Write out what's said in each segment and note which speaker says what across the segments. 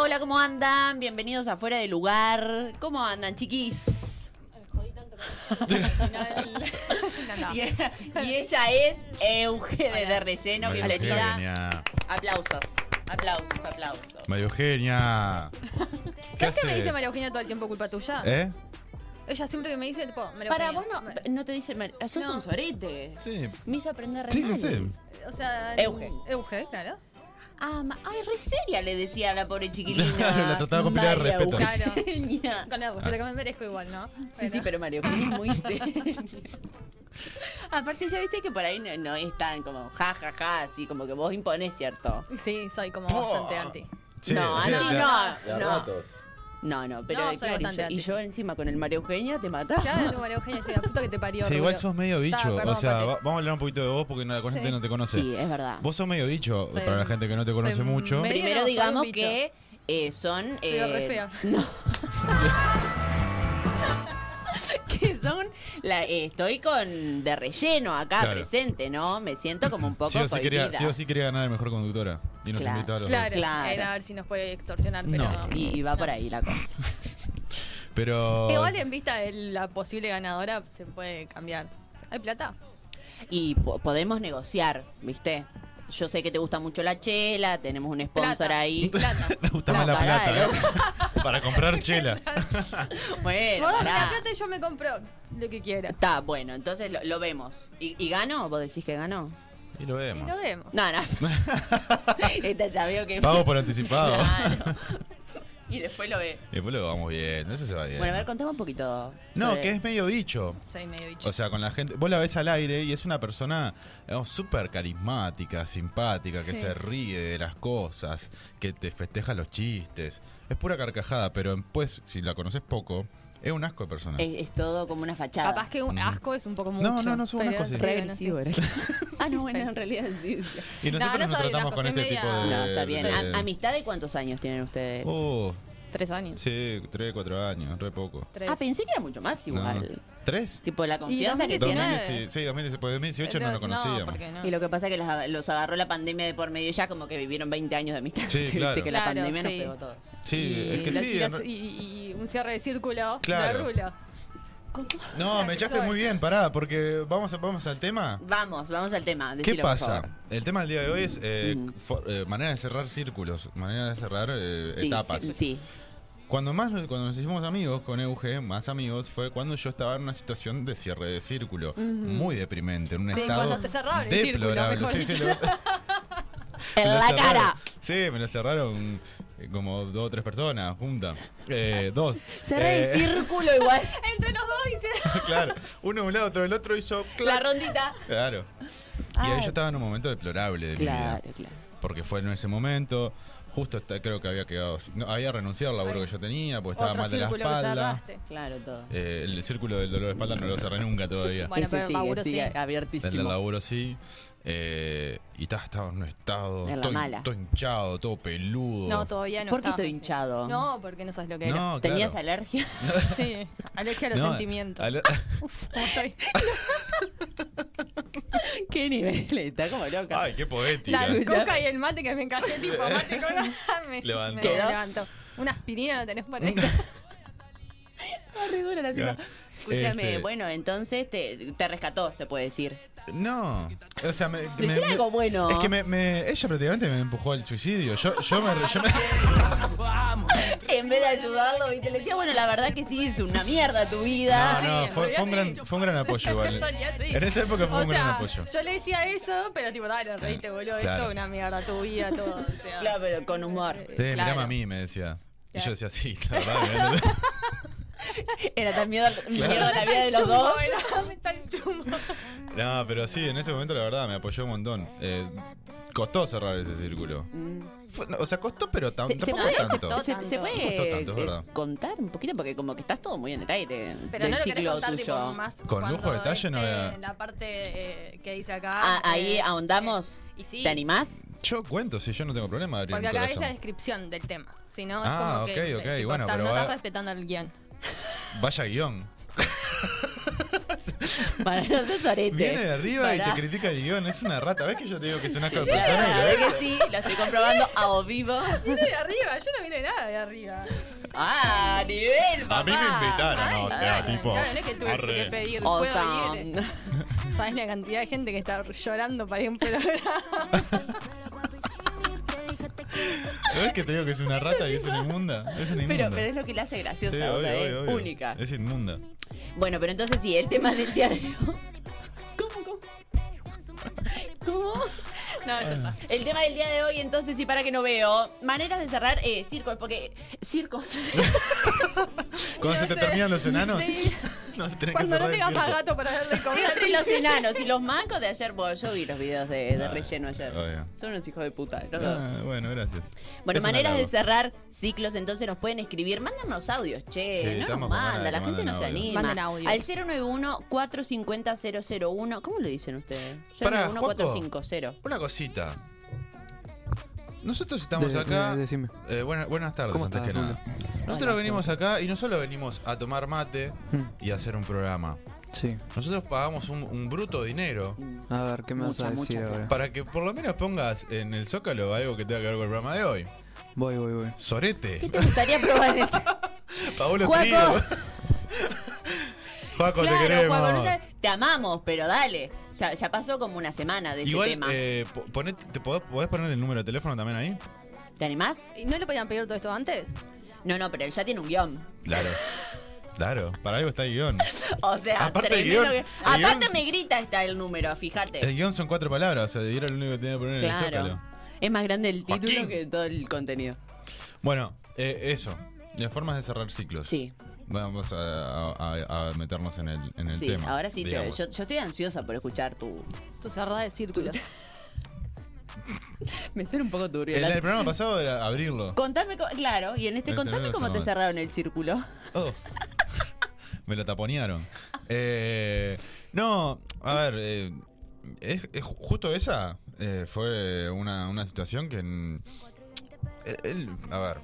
Speaker 1: hola, ¿cómo andan? Bienvenidos a Fuera de Lugar. ¿Cómo andan, chiquis?
Speaker 2: Jodí tanto con el final. Me encantaba.
Speaker 1: Y, e-, y ella es Euge de,
Speaker 2: Hola.
Speaker 1: de Relleno.
Speaker 2: María
Speaker 1: Bienvenida.
Speaker 3: Eugenia.
Speaker 1: Aplausos, aplausos, aplausos.
Speaker 3: María Eugenia. ¿Qué
Speaker 2: ¿Sabes qué me
Speaker 3: haces?
Speaker 2: dice María Eugenia todo el tiempo culpa tuya?
Speaker 3: ¿Eh?
Speaker 2: Ella siempre que me dice, tipo, María
Speaker 1: Para vos
Speaker 2: Eugenia.
Speaker 1: no, no te dicen mal. Sos
Speaker 2: No.
Speaker 1: un sorete.
Speaker 3: Sí.
Speaker 1: Me hizo aprender re
Speaker 3: Sí,
Speaker 1: mal.
Speaker 3: sí, sí.
Speaker 2: O sea,
Speaker 1: Euge.
Speaker 2: Euge, claro.
Speaker 1: Ah, ma- ay, re seria le decía a la pobre chiquilina.
Speaker 3: La trataba con pila de
Speaker 1: María
Speaker 3: respeto.
Speaker 2: Claro.
Speaker 1: Eugenia.
Speaker 2: Con
Speaker 3: Ah.
Speaker 2: el respeto que me merezco igual, ¿no?
Speaker 1: Sí, sí,
Speaker 2: Bueno.
Speaker 1: pero Mario Eugenia es muy seria. Aparte, ya viste que por ahí no, no es tan como ja, ja, ja, así como que vos imponés, ¿cierto?
Speaker 2: Sí, soy como
Speaker 3: Oh.
Speaker 2: bastante anti.
Speaker 3: Sí,
Speaker 1: no,
Speaker 3: sí,
Speaker 1: no,
Speaker 3: la-
Speaker 4: De
Speaker 1: no,
Speaker 4: a
Speaker 1: no,
Speaker 4: ratos.
Speaker 1: no, no, pero
Speaker 2: No, soy
Speaker 1: claro, y yo-
Speaker 2: bastante
Speaker 1: y, yo,
Speaker 2: anti.
Speaker 1: encima con el Mario Eugenia te matás.
Speaker 2: Claro, tu María Eugenia, sí, la puta que te parió.
Speaker 3: Sí, igual
Speaker 2: Rubio.
Speaker 3: sos medio bicho.
Speaker 2: Ta, perdón,
Speaker 3: o sea,
Speaker 2: Pati.
Speaker 3: va- vamos a hablar un poquito de vos porque no- la gente
Speaker 2: Sí.
Speaker 3: no te conoce.
Speaker 1: Sí, es verdad.
Speaker 3: Vos sos medio bicho,
Speaker 2: Soy-
Speaker 3: para la gente que no te conoce
Speaker 2: soy
Speaker 3: mucho.
Speaker 2: medio-
Speaker 1: Primero
Speaker 2: no, soy
Speaker 1: digamos
Speaker 2: un bicho.
Speaker 1: que eh, son...
Speaker 2: Soy
Speaker 1: eh,
Speaker 2: re fea.
Speaker 1: No. que son... La, eh, estoy con de relleno acá
Speaker 3: Claro.
Speaker 1: presente, ¿no? Me siento como un poco
Speaker 3: Sí o sí, quería,
Speaker 1: cohibida.
Speaker 3: sí o sí quería ganar de mejor conductora. Y nos
Speaker 1: Claro.
Speaker 3: invitó a los
Speaker 2: Claro,
Speaker 3: dos.
Speaker 1: Claro.
Speaker 2: era a ver si nos puede extorsionar, pero.
Speaker 3: No.
Speaker 1: y, y va por ahí la cosa.
Speaker 3: Pero.
Speaker 2: Igual en vista de la posible ganadora se puede cambiar. ¿Hay plata?
Speaker 1: Y po- podemos negociar, ¿viste? Yo sé que te gusta mucho la chela, tenemos un sponsor
Speaker 2: Plata.
Speaker 1: ahí.
Speaker 2: Plata.
Speaker 3: Me gusta
Speaker 1: No,
Speaker 3: más la
Speaker 1: pará,
Speaker 3: plata. ¿eh? Para comprar chela.
Speaker 1: Bueno,
Speaker 2: Vos dame
Speaker 1: pará.
Speaker 2: la plata y yo me compro lo que quiera.
Speaker 1: Está, bueno, entonces lo, lo vemos. ¿Y, y ganó? ¿Vos decís que ganó?
Speaker 3: Y lo
Speaker 2: Y
Speaker 3: vemos.
Speaker 2: lo vemos.
Speaker 1: No, no. Esta ya veo que.
Speaker 3: Pago por anticipado.
Speaker 1: Claro. Y después lo ve.
Speaker 3: Y después lo vamos bien. Eso se va bien.
Speaker 1: Bueno, a ver, contame un poquito.
Speaker 3: no,
Speaker 1: sobre-
Speaker 3: que es medio bicho.
Speaker 2: Soy medio bicho.
Speaker 3: O sea, con la gente, vos la ves al aire y es una persona digamos, súper carismática, simpática, que
Speaker 2: Sí.
Speaker 3: se ríe de las cosas, que te festeja los chistes. Es pura carcajada, pero después, si la conoces poco, es un asco de persona.
Speaker 1: Es, es todo como una fachada.
Speaker 2: Capaz que un
Speaker 3: Mm.
Speaker 2: asco es un poco mucho.
Speaker 3: No, no, no, soy un
Speaker 2: pero
Speaker 3: asco, sí.
Speaker 2: sí,
Speaker 1: Re
Speaker 2: bueno, sí.
Speaker 1: agresivo, era. Ah, no, bueno, en realidad sí. sí.
Speaker 3: Y nosotros
Speaker 2: no
Speaker 3: nos
Speaker 2: soy un
Speaker 3: tratamos
Speaker 2: asco,
Speaker 3: con
Speaker 2: soy
Speaker 3: este
Speaker 2: media-
Speaker 3: tipo de.
Speaker 1: No, está bien.
Speaker 3: de-
Speaker 1: A- ¿Amistad de cuántos años tienen ustedes?
Speaker 3: eh. Oh,
Speaker 2: Tres años.
Speaker 3: sí, tres, cuatro años, re poco.
Speaker 2: Tres.
Speaker 1: ah, pensé que era mucho más
Speaker 3: No.
Speaker 1: igual.
Speaker 3: ¿Tres?
Speaker 1: Tipo, la confianza que
Speaker 2: 2019?
Speaker 1: tienen.
Speaker 3: 2010, sí, 2018, pues, 2018 no lo
Speaker 2: No,
Speaker 3: conocíamos.
Speaker 2: porque no.
Speaker 1: Y lo que pasa es que las- los agarró la pandemia de por medio, ya como que vivieron 20 años de amistad.
Speaker 3: Sí,
Speaker 1: Viste
Speaker 3: claro.
Speaker 1: que la
Speaker 2: Claro,
Speaker 1: pandemia nos
Speaker 2: sí.
Speaker 1: pegó a todos.
Speaker 3: Sí,
Speaker 2: Y
Speaker 3: es que
Speaker 2: la-
Speaker 3: sí.
Speaker 2: y,
Speaker 3: en
Speaker 2: las-
Speaker 3: re-
Speaker 2: y- y un cierre de círculo
Speaker 3: Claro.
Speaker 2: de rulo.
Speaker 3: No, me echaste
Speaker 2: soy.
Speaker 3: muy bien, pará, porque vamos, a- vamos al tema.
Speaker 1: Vamos, vamos al tema.
Speaker 3: ¿Qué
Speaker 1: decilo, por
Speaker 3: pasa?
Speaker 1: favor.
Speaker 3: El tema del día de hoy es eh,
Speaker 1: Mm.
Speaker 3: for- eh, manera de cerrar círculos, manera de cerrar eh,
Speaker 1: Sí,
Speaker 3: etapas.
Speaker 1: sí, sí.
Speaker 3: Cuando más cuando nos hicimos amigos con Euge, más amigos, fue cuando yo estaba en una situación de cierre de círculo, muy deprimente, en un
Speaker 2: Sí,
Speaker 3: estado
Speaker 2: cuando te cerraron el círculo,
Speaker 3: deplorable.
Speaker 2: mejor
Speaker 3: Sí,
Speaker 2: dicho.
Speaker 3: sí, lo-
Speaker 1: En
Speaker 3: me lo
Speaker 1: la
Speaker 3: cerraron.
Speaker 1: cara.
Speaker 3: Sí, me lo cerraron eh, como dos o tres personas juntas. Eh, dos.
Speaker 1: Cerré
Speaker 3: Eh,
Speaker 1: el círculo igual.
Speaker 2: Entre los dos dice.
Speaker 3: Claro, uno de un lado, otro del otro hizo
Speaker 1: la
Speaker 3: clac.
Speaker 1: rondita.
Speaker 3: Claro. Y ahí yo estaba en un momento deplorable de mi vida.
Speaker 1: Claro, claro.
Speaker 3: porque fue en ese momento. Justo está- creo que había quedado. no, había renunciado al laburo
Speaker 2: Ay.
Speaker 3: que yo tenía, porque estaba
Speaker 2: Otro
Speaker 3: mal de la
Speaker 2: círculo que
Speaker 3: espalda.
Speaker 2: cerraste.
Speaker 1: Claro, todo.
Speaker 3: Eh, el círculo del dolor de espalda no lo cerré nunca todavía.
Speaker 2: Bueno,
Speaker 1: Ese
Speaker 2: pero el
Speaker 1: sigue,
Speaker 2: laburo
Speaker 1: sigue
Speaker 2: sí.
Speaker 3: El del
Speaker 1: abiertísimo.
Speaker 3: laburo sí. Eh, y ta- estaba en un estado.
Speaker 1: En la
Speaker 3: todo, hin-
Speaker 1: mala.
Speaker 3: todo hinchado, todo peludo.
Speaker 2: No, todavía no.
Speaker 1: ¿Por qué
Speaker 2: estaba.
Speaker 1: estoy hinchado?
Speaker 2: No, porque no sabes lo que era.
Speaker 3: No,
Speaker 1: ¿Tenías
Speaker 3: claro.
Speaker 1: alergia?
Speaker 2: Sí, alergia a los
Speaker 3: No,
Speaker 2: sentimientos.
Speaker 3: ale-
Speaker 2: Uf, ¿cómo estoy?
Speaker 1: ¿Qué nivel? Está como loca.
Speaker 3: Ay, qué poética.
Speaker 2: La
Speaker 1: Escucha.
Speaker 2: coca y el mate que me encajé, tipo mate con una... me,
Speaker 3: Levantó.
Speaker 2: me levantó. Una aspirina no tenés para ahí.
Speaker 1: Arriba la tipa.
Speaker 3: Claro.
Speaker 1: Escúchame,
Speaker 3: Este-
Speaker 1: bueno, entonces te, te rescató, se puede decir.
Speaker 3: No. O sea, me. me-
Speaker 1: Decir
Speaker 3: me-
Speaker 1: algo bueno.
Speaker 3: Es que me, me- ella prácticamente me empujó al suicidio. Yo, yo me. yo me-
Speaker 1: En vez de ayudarlo, ¿viste? Le decía, bueno, la verdad que sí, es una mierda tu vida.
Speaker 3: No, no,
Speaker 2: en
Speaker 3: fue,
Speaker 2: realidad
Speaker 3: fue un gran,
Speaker 2: Ah, sí.
Speaker 3: fue un gran apoyo igual.
Speaker 2: En realidad sí.
Speaker 3: En esa época fue
Speaker 2: O
Speaker 3: un gran
Speaker 2: sea,
Speaker 3: apoyo.
Speaker 2: yo le decía eso, pero tipo, dale, reíte, boludo,
Speaker 3: Claro.
Speaker 2: esto es una mierda, tu vida, todo. o sea. Eh,
Speaker 1: Claro, pero con humor.
Speaker 3: Sí, mirame
Speaker 1: Claro.
Speaker 3: a mí, me decía. Y yo
Speaker 2: Claro.
Speaker 3: decía, sí, la verdad. me-
Speaker 1: Era tan miedo, miedo a la
Speaker 2: Está
Speaker 1: vida de
Speaker 2: el
Speaker 1: los
Speaker 2: chumbo,
Speaker 1: dos.
Speaker 2: era- está el chumbo.
Speaker 3: no, pero sí, en ese momento la verdad me apoyó un montón. Eh, costó cerrar ese círculo. Fue- no, o sea, costó, pero tam-
Speaker 1: Se, se
Speaker 3: tampoco
Speaker 1: puede, se-
Speaker 3: tanto.
Speaker 1: se- se
Speaker 2: Tanto.
Speaker 1: puede,
Speaker 3: Justo tanto, es
Speaker 1: eh,
Speaker 3: verdad.
Speaker 1: contar un poquito porque como que estás todo muy en el aire
Speaker 2: Pero
Speaker 1: del
Speaker 2: no lo querés
Speaker 1: ciclo
Speaker 2: contar
Speaker 1: tuyo.
Speaker 2: tipo, más
Speaker 3: Con lujo de
Speaker 2: cuando
Speaker 3: detalle no
Speaker 2: esté
Speaker 3: vea.
Speaker 2: en La parte eh, que dice acá.
Speaker 1: Ah, ahí
Speaker 2: eh,
Speaker 1: ahondamos.
Speaker 2: Y sí,
Speaker 1: ¿Te animás?
Speaker 3: Yo cuento, si yo no tengo problema de abrir
Speaker 2: porque
Speaker 3: mi
Speaker 2: acá es la
Speaker 3: corazón.
Speaker 2: descripción del tema. Si no, es
Speaker 3: Ah,
Speaker 2: como que
Speaker 3: ok, ok,
Speaker 2: tipo,
Speaker 3: bueno,
Speaker 2: estás-
Speaker 3: pero
Speaker 2: no
Speaker 3: va-
Speaker 2: estás respetando el guión.
Speaker 3: Vaya guión.
Speaker 1: Para no ser sorete.
Speaker 3: Viene de arriba y
Speaker 1: Pará.
Speaker 3: te critica el guión. Es una rata. ¿Ves que yo te digo que es una otra
Speaker 1: La
Speaker 3: persona?
Speaker 1: verdad es que sí, lo estoy comprobando a o vivo.
Speaker 2: Viene de arriba, yo no vine de nada de arriba.
Speaker 1: Ah, nivel, papá.
Speaker 3: A mí me invitaron,
Speaker 1: Ay,
Speaker 3: no,
Speaker 1: ay.
Speaker 3: ya, tipo.
Speaker 2: Claro, no es que tuve
Speaker 3: Oh, arre.
Speaker 2: que pedir. puedo
Speaker 1: Awesome.
Speaker 2: ir. ¿Sabes la cantidad de gente que está llorando para ir a un programa?
Speaker 3: ¿Ves que te digo que es una rata y es una inmunda? Es una inmunda.
Speaker 1: Pero, pero es lo que la hace graciosa,
Speaker 3: Sí,
Speaker 1: o sea,
Speaker 3: obvio,
Speaker 1: es
Speaker 3: obvio, obvio.
Speaker 1: única.
Speaker 3: Es inmunda.
Speaker 1: Bueno, pero entonces sí, el tema del día de hoy.
Speaker 2: ¿Cómo? No, ya está.
Speaker 1: El tema del día de hoy, entonces, y para que no veo, maneras de cerrar eh, circos, porque circos.
Speaker 3: Cuando
Speaker 2: No
Speaker 3: se te
Speaker 2: sé.
Speaker 3: terminan los enanos,
Speaker 2: Sí.
Speaker 3: no tenés que
Speaker 2: Cuando
Speaker 3: cerrar
Speaker 2: no
Speaker 3: el
Speaker 2: tengas más
Speaker 3: circo.
Speaker 2: gato para darle comida.
Speaker 1: Entre los enanos y los mancos de ayer, bueno, yo vi los videos de, de
Speaker 3: Ah,
Speaker 1: relleno ayer.
Speaker 3: obvio.
Speaker 1: Son unos hijos de puta. los dos.
Speaker 3: Ah, bueno, gracias.
Speaker 1: Bueno,
Speaker 3: Es un
Speaker 1: maneras de
Speaker 3: halago.
Speaker 1: cerrar ciclos, entonces nos pueden escribir. Mándanos audios, che,
Speaker 3: Sí,
Speaker 1: no nos
Speaker 3: estamos con ganas
Speaker 1: manda,
Speaker 3: de
Speaker 1: la
Speaker 3: que
Speaker 1: gente
Speaker 3: manden
Speaker 1: no se
Speaker 3: audios.
Speaker 1: anima.
Speaker 2: Manden audios.
Speaker 1: Al 091-450-001, ¿cómo lo dicen ustedes?
Speaker 3: Pará,
Speaker 1: 091-450.
Speaker 3: Una cosita. Nosotros estamos
Speaker 4: De-
Speaker 3: acá.
Speaker 4: de- decime.
Speaker 3: Eh, buena- buenas tardes,
Speaker 4: ¿Cómo
Speaker 3: antes
Speaker 4: estás,
Speaker 3: que nada.
Speaker 4: Julio?
Speaker 3: Nosotros venimos acá y no solo venimos a tomar mate
Speaker 4: Hmm,
Speaker 3: y a hacer un programa.
Speaker 4: Sí.
Speaker 3: Nosotros pagamos un, un bruto dinero
Speaker 4: A ver, ¿qué me
Speaker 1: Mucha,
Speaker 4: vas a decir
Speaker 1: mucha
Speaker 4: ahora?
Speaker 3: para que por lo menos pongas en el zócalo algo que tenga que ver con el programa de hoy.
Speaker 4: Voy, voy, voy.
Speaker 1: ¿Qué
Speaker 3: Sorete.
Speaker 1: te gustaría probar en ese?
Speaker 3: Paolo
Speaker 1: Juaco.
Speaker 3: Trío. Juaco, te
Speaker 1: claro,
Speaker 3: queremos.
Speaker 1: Juaco, no sabes- te amamos, pero dale. Ya, ya pasó como una semana de ese
Speaker 3: Igual,
Speaker 1: tema.
Speaker 3: eh, po- ponete- ¿te podés, podés poner el número de teléfono también ahí?
Speaker 1: ¿Te animás?
Speaker 2: ¿Y ¿No le podían pedir todo esto antes?
Speaker 1: No, no, pero él ya tiene un guión.
Speaker 3: Claro. Claro, para algo está el guión.
Speaker 1: O sea,
Speaker 3: Aparte el
Speaker 1: tremendo
Speaker 3: guión-
Speaker 1: que-
Speaker 3: el
Speaker 1: Aparte
Speaker 3: guión-
Speaker 1: me grita está el número, fíjate.
Speaker 3: El guión son cuatro palabras, o sea, era lo único que tenía que poner en el
Speaker 1: Claro.
Speaker 3: zócalo.
Speaker 1: Es más grande el título
Speaker 3: Joaquín.
Speaker 1: que todo el contenido.
Speaker 3: Bueno, eh, eso. Las formas de cerrar ciclos.
Speaker 1: Sí,
Speaker 3: Vamos a, a- a- a meternos en el, en el
Speaker 1: sí.
Speaker 3: tema.
Speaker 1: Ahora sí, te-
Speaker 3: digamos.
Speaker 1: yo, yo estoy ansiosa por escuchar tu.
Speaker 2: Tu cerrada de círculos.
Speaker 1: Me suena un poco turbio.
Speaker 3: El,
Speaker 1: Las-
Speaker 3: el programa pasado era abrirlo.
Speaker 1: Contame, co- claro, y en este
Speaker 3: El
Speaker 1: contame
Speaker 3: teléfono
Speaker 1: cómo te
Speaker 3: sonaba.
Speaker 1: cerraron el círculo.
Speaker 3: Oh. Me lo taponearon. Eh, no, a ver, eh, es- es ju- justo esa eh, fue una, una situación que... en- él- él- a ver,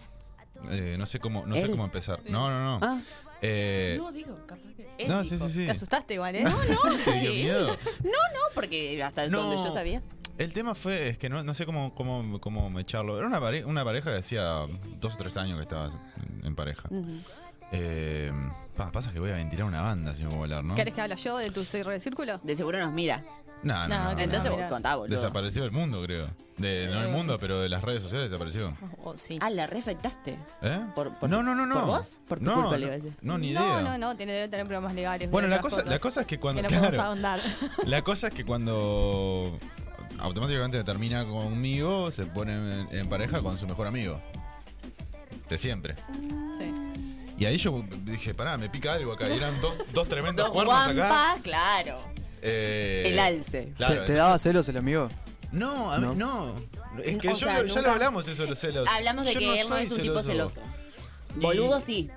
Speaker 3: eh, no sé cómo no sé
Speaker 1: Él.
Speaker 3: cómo empezar. No, no, no.
Speaker 1: Ah,
Speaker 3: Eh,
Speaker 1: no digo, capaz que. él
Speaker 3: no, sí,
Speaker 1: dijo.
Speaker 3: sí, sí.
Speaker 2: Te asustaste igual, ¿eh?
Speaker 1: No,
Speaker 3: ¿Te dio miedo?
Speaker 1: No, porque hasta
Speaker 3: No.
Speaker 1: donde yo sabía.
Speaker 3: El tema fue, es que no, no sé cómo, cómo, cómo echarlo. Era una, pare- una pareja que hacía dos o tres años que estabas en, en pareja.
Speaker 1: Ujú.
Speaker 3: Eh, pa- pasa que voy a ventilar una banda si me puedo hablar, ¿no?
Speaker 2: ¿Querés que hable yo de tu cerrada de círculo?
Speaker 1: De seguro nos mira.
Speaker 3: No, no,
Speaker 2: No,
Speaker 3: no, no,
Speaker 1: Entonces
Speaker 3: no.
Speaker 1: vos
Speaker 2: mirá.
Speaker 1: contá, boludo.
Speaker 3: Desapareció el mundo, creo. De,
Speaker 1: Eh,
Speaker 3: no el mundo, pero de las redes sociales desapareció.
Speaker 2: Oh, oh, sí.
Speaker 1: Ah, la reflectaste.
Speaker 3: ¿Eh?
Speaker 1: Por- por-
Speaker 3: no, no, no, no.
Speaker 1: ¿por vos? Por tu
Speaker 3: no,
Speaker 1: culpa,
Speaker 3: no,
Speaker 1: le iba a decir.
Speaker 3: No, ni
Speaker 2: No,
Speaker 3: idea.
Speaker 2: no, no, tiene, debe tener problemas legales.
Speaker 3: Bueno,
Speaker 2: de
Speaker 3: la
Speaker 2: otras
Speaker 3: cosa,
Speaker 2: cosas
Speaker 3: la cosa es que
Speaker 2: Que
Speaker 3: cuando.
Speaker 2: no podemos
Speaker 3: claro,
Speaker 2: ahondar.
Speaker 3: la cosa es que cuando automáticamente termina conmigo, se pone en, en pareja con su mejor amigo. De siempre.
Speaker 2: Sí.
Speaker 3: Y ahí yo dije, pará, me pica algo acá. Y eran dos, dos tremendos
Speaker 1: Dos
Speaker 3: cuernos acá.
Speaker 1: guampas, claro.
Speaker 3: Eh,
Speaker 1: El alce.
Speaker 3: Claro, eh.
Speaker 4: ¿Te, te daba celos el amigo?
Speaker 3: No, a mí
Speaker 4: No.
Speaker 3: no. Es que
Speaker 1: O
Speaker 3: yo
Speaker 1: sea,
Speaker 3: lo- ya
Speaker 1: nunca-
Speaker 3: lo hablamos eso de los celos.
Speaker 1: Hablamos de
Speaker 3: Yo
Speaker 1: que él no
Speaker 3: soy
Speaker 1: es un tipo celoso. Boludo sí.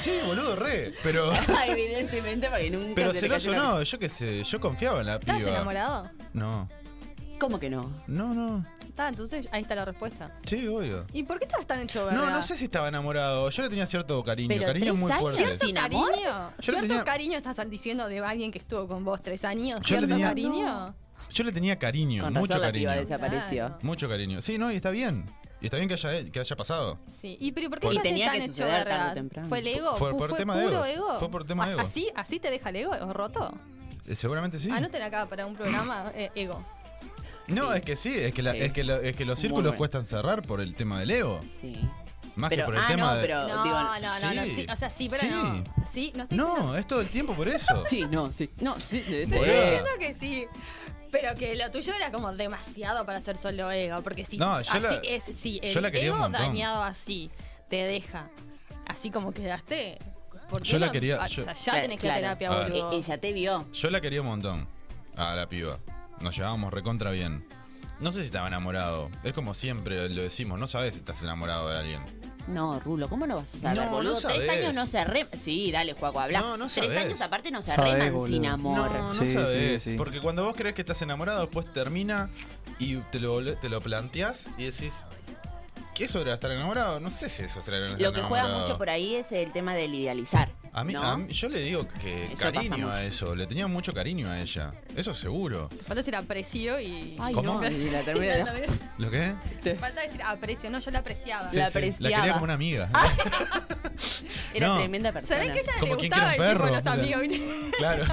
Speaker 3: Sí, boludo, re. Pero,
Speaker 1: Evidentemente, porque nunca
Speaker 3: pero
Speaker 1: se le cayó
Speaker 3: celoso
Speaker 1: la-
Speaker 3: no, yo qué sé, yo confiaba en la piba.
Speaker 2: ¿Estás enamorado?
Speaker 3: No,
Speaker 1: ¿Cómo que no?
Speaker 3: no, no.
Speaker 2: Está, entonces ahí está la respuesta.
Speaker 3: Sí, obvio.
Speaker 2: ¿Y por qué estabas tan hecho verga?
Speaker 3: No, no sé si estaba enamorado. Yo le tenía cierto cariño,
Speaker 1: Pero
Speaker 3: cariño
Speaker 1: tres
Speaker 3: muy
Speaker 1: años
Speaker 3: fuerte.
Speaker 1: sin
Speaker 2: ¿Cierto
Speaker 1: amor?
Speaker 2: cariño?
Speaker 3: Yo le
Speaker 2: ¿Cierto
Speaker 3: tenía-
Speaker 2: cariño estás diciendo de alguien que estuvo con vos tres
Speaker 3: Yo
Speaker 2: años?
Speaker 3: le
Speaker 2: ¿Cierto
Speaker 3: tenía-
Speaker 2: cariño?
Speaker 3: Yo le tenía cariño,
Speaker 1: Con razón
Speaker 3: mucho
Speaker 1: la
Speaker 3: cariño.
Speaker 1: piba desapareció.
Speaker 2: Claro.
Speaker 3: Mucho cariño. Sí, no, y está bien. Y está bien que haya, que haya pasado.
Speaker 2: Sí. ¿Y pero por
Speaker 1: Y
Speaker 2: qué estás
Speaker 1: tenía
Speaker 2: tan
Speaker 1: que
Speaker 2: hecho
Speaker 1: suceder tarde o
Speaker 2: verga?
Speaker 1: temprano.
Speaker 2: ¿Fue el ego?
Speaker 3: Fue por tema de
Speaker 2: puro
Speaker 3: ego. Fue por tema de
Speaker 2: ¿As-
Speaker 3: ego.
Speaker 2: ¿Así, ¿Así te deja el ego? ¿O roto?
Speaker 3: Eh, Seguramente sí.
Speaker 2: Anoten acá para un programa eh, ego.
Speaker 3: No,
Speaker 1: Ah, Sí.
Speaker 3: es que sí, es que, la-
Speaker 1: Sí.
Speaker 3: es que, lo- es que los
Speaker 1: Muy
Speaker 3: círculos
Speaker 1: bueno.
Speaker 3: cuestan cerrar por el tema del ego.
Speaker 1: Sí.
Speaker 3: Más
Speaker 1: Pero,
Speaker 3: que por el
Speaker 1: ah,
Speaker 3: tema
Speaker 1: no,
Speaker 3: de-
Speaker 1: pero-
Speaker 2: No,
Speaker 1: digo,
Speaker 2: no, no, no.
Speaker 3: sí.
Speaker 2: Sí, o sea, sí, pero
Speaker 3: Sí.
Speaker 2: no. Sí, no estoy diciendo-
Speaker 3: No, es todo el tiempo por eso.
Speaker 1: Sí, no, sí. No, sí. sí, Eh, sí.
Speaker 3: Boludo.
Speaker 2: Entiendo que sí. Pero que lo tuyo era como demasiado para ser solo ego. Porque si
Speaker 3: No, yo
Speaker 2: así
Speaker 3: la-
Speaker 2: es, si el
Speaker 3: yo la quería un
Speaker 2: ego
Speaker 3: montón.
Speaker 2: dañado así te deja así como quedaste. ¿por qué
Speaker 3: Yo la
Speaker 2: no-
Speaker 3: quería-
Speaker 2: ah,
Speaker 3: yo-
Speaker 2: o sea, ya
Speaker 1: Claro,
Speaker 2: tenés que ir a
Speaker 1: claro.
Speaker 2: terapia,
Speaker 3: A ver.
Speaker 2: boludo.
Speaker 1: E- ella te vio.
Speaker 3: Yo la quería un montón a la piba. Nos llevábamos recontra bien. No sé si estaba enamorado. Es como siempre lo decimos, no sabes si estás enamorado de alguien.
Speaker 1: No, Rulo, ¿cómo no vas a saber,
Speaker 3: No, no
Speaker 1: boludo? Tres
Speaker 3: sabés.
Speaker 1: años no se re... Sí, dale, Juaco, habla.
Speaker 3: No, no
Speaker 1: Tres
Speaker 3: sabés.
Speaker 1: años aparte no se
Speaker 4: Sabés,
Speaker 1: arreman sin
Speaker 4: boludo.
Speaker 1: amor.
Speaker 3: No, no
Speaker 4: Sí,
Speaker 3: sabes.
Speaker 4: sí, sí.
Speaker 3: Porque cuando vos crees que estás enamorado, después termina y te lo, vol- te lo planteás y decís, ¿qué eso era estar enamorado? No sé si eso será estar
Speaker 1: Lo que
Speaker 3: enamorado.
Speaker 1: juega mucho por ahí es el tema del idealizar.
Speaker 3: A mí,
Speaker 1: ¿No?
Speaker 3: a mí- yo le digo que
Speaker 1: Eso pasa
Speaker 3: cariño
Speaker 1: mucho.
Speaker 3: a eso, le tenía mucho cariño a ella, eso seguro.
Speaker 2: Falta decir aprecio y.
Speaker 1: Ay,
Speaker 3: ¿Cómo?
Speaker 1: no, y la termino de...
Speaker 3: ¿Lo qué?
Speaker 1: te-
Speaker 2: Falta decir aprecio, no, yo la apreciaba.
Speaker 1: La
Speaker 3: La
Speaker 1: apreciaba. Ah.
Speaker 3: quería como una amiga.
Speaker 1: Era
Speaker 3: No.
Speaker 1: tremenda
Speaker 2: Se
Speaker 1: persona.
Speaker 2: ve que ella le
Speaker 3: Como quien
Speaker 2: gustaba el
Speaker 3: quiere un
Speaker 2: tipo de los
Speaker 3: perro,
Speaker 2: amigos.
Speaker 3: Claro.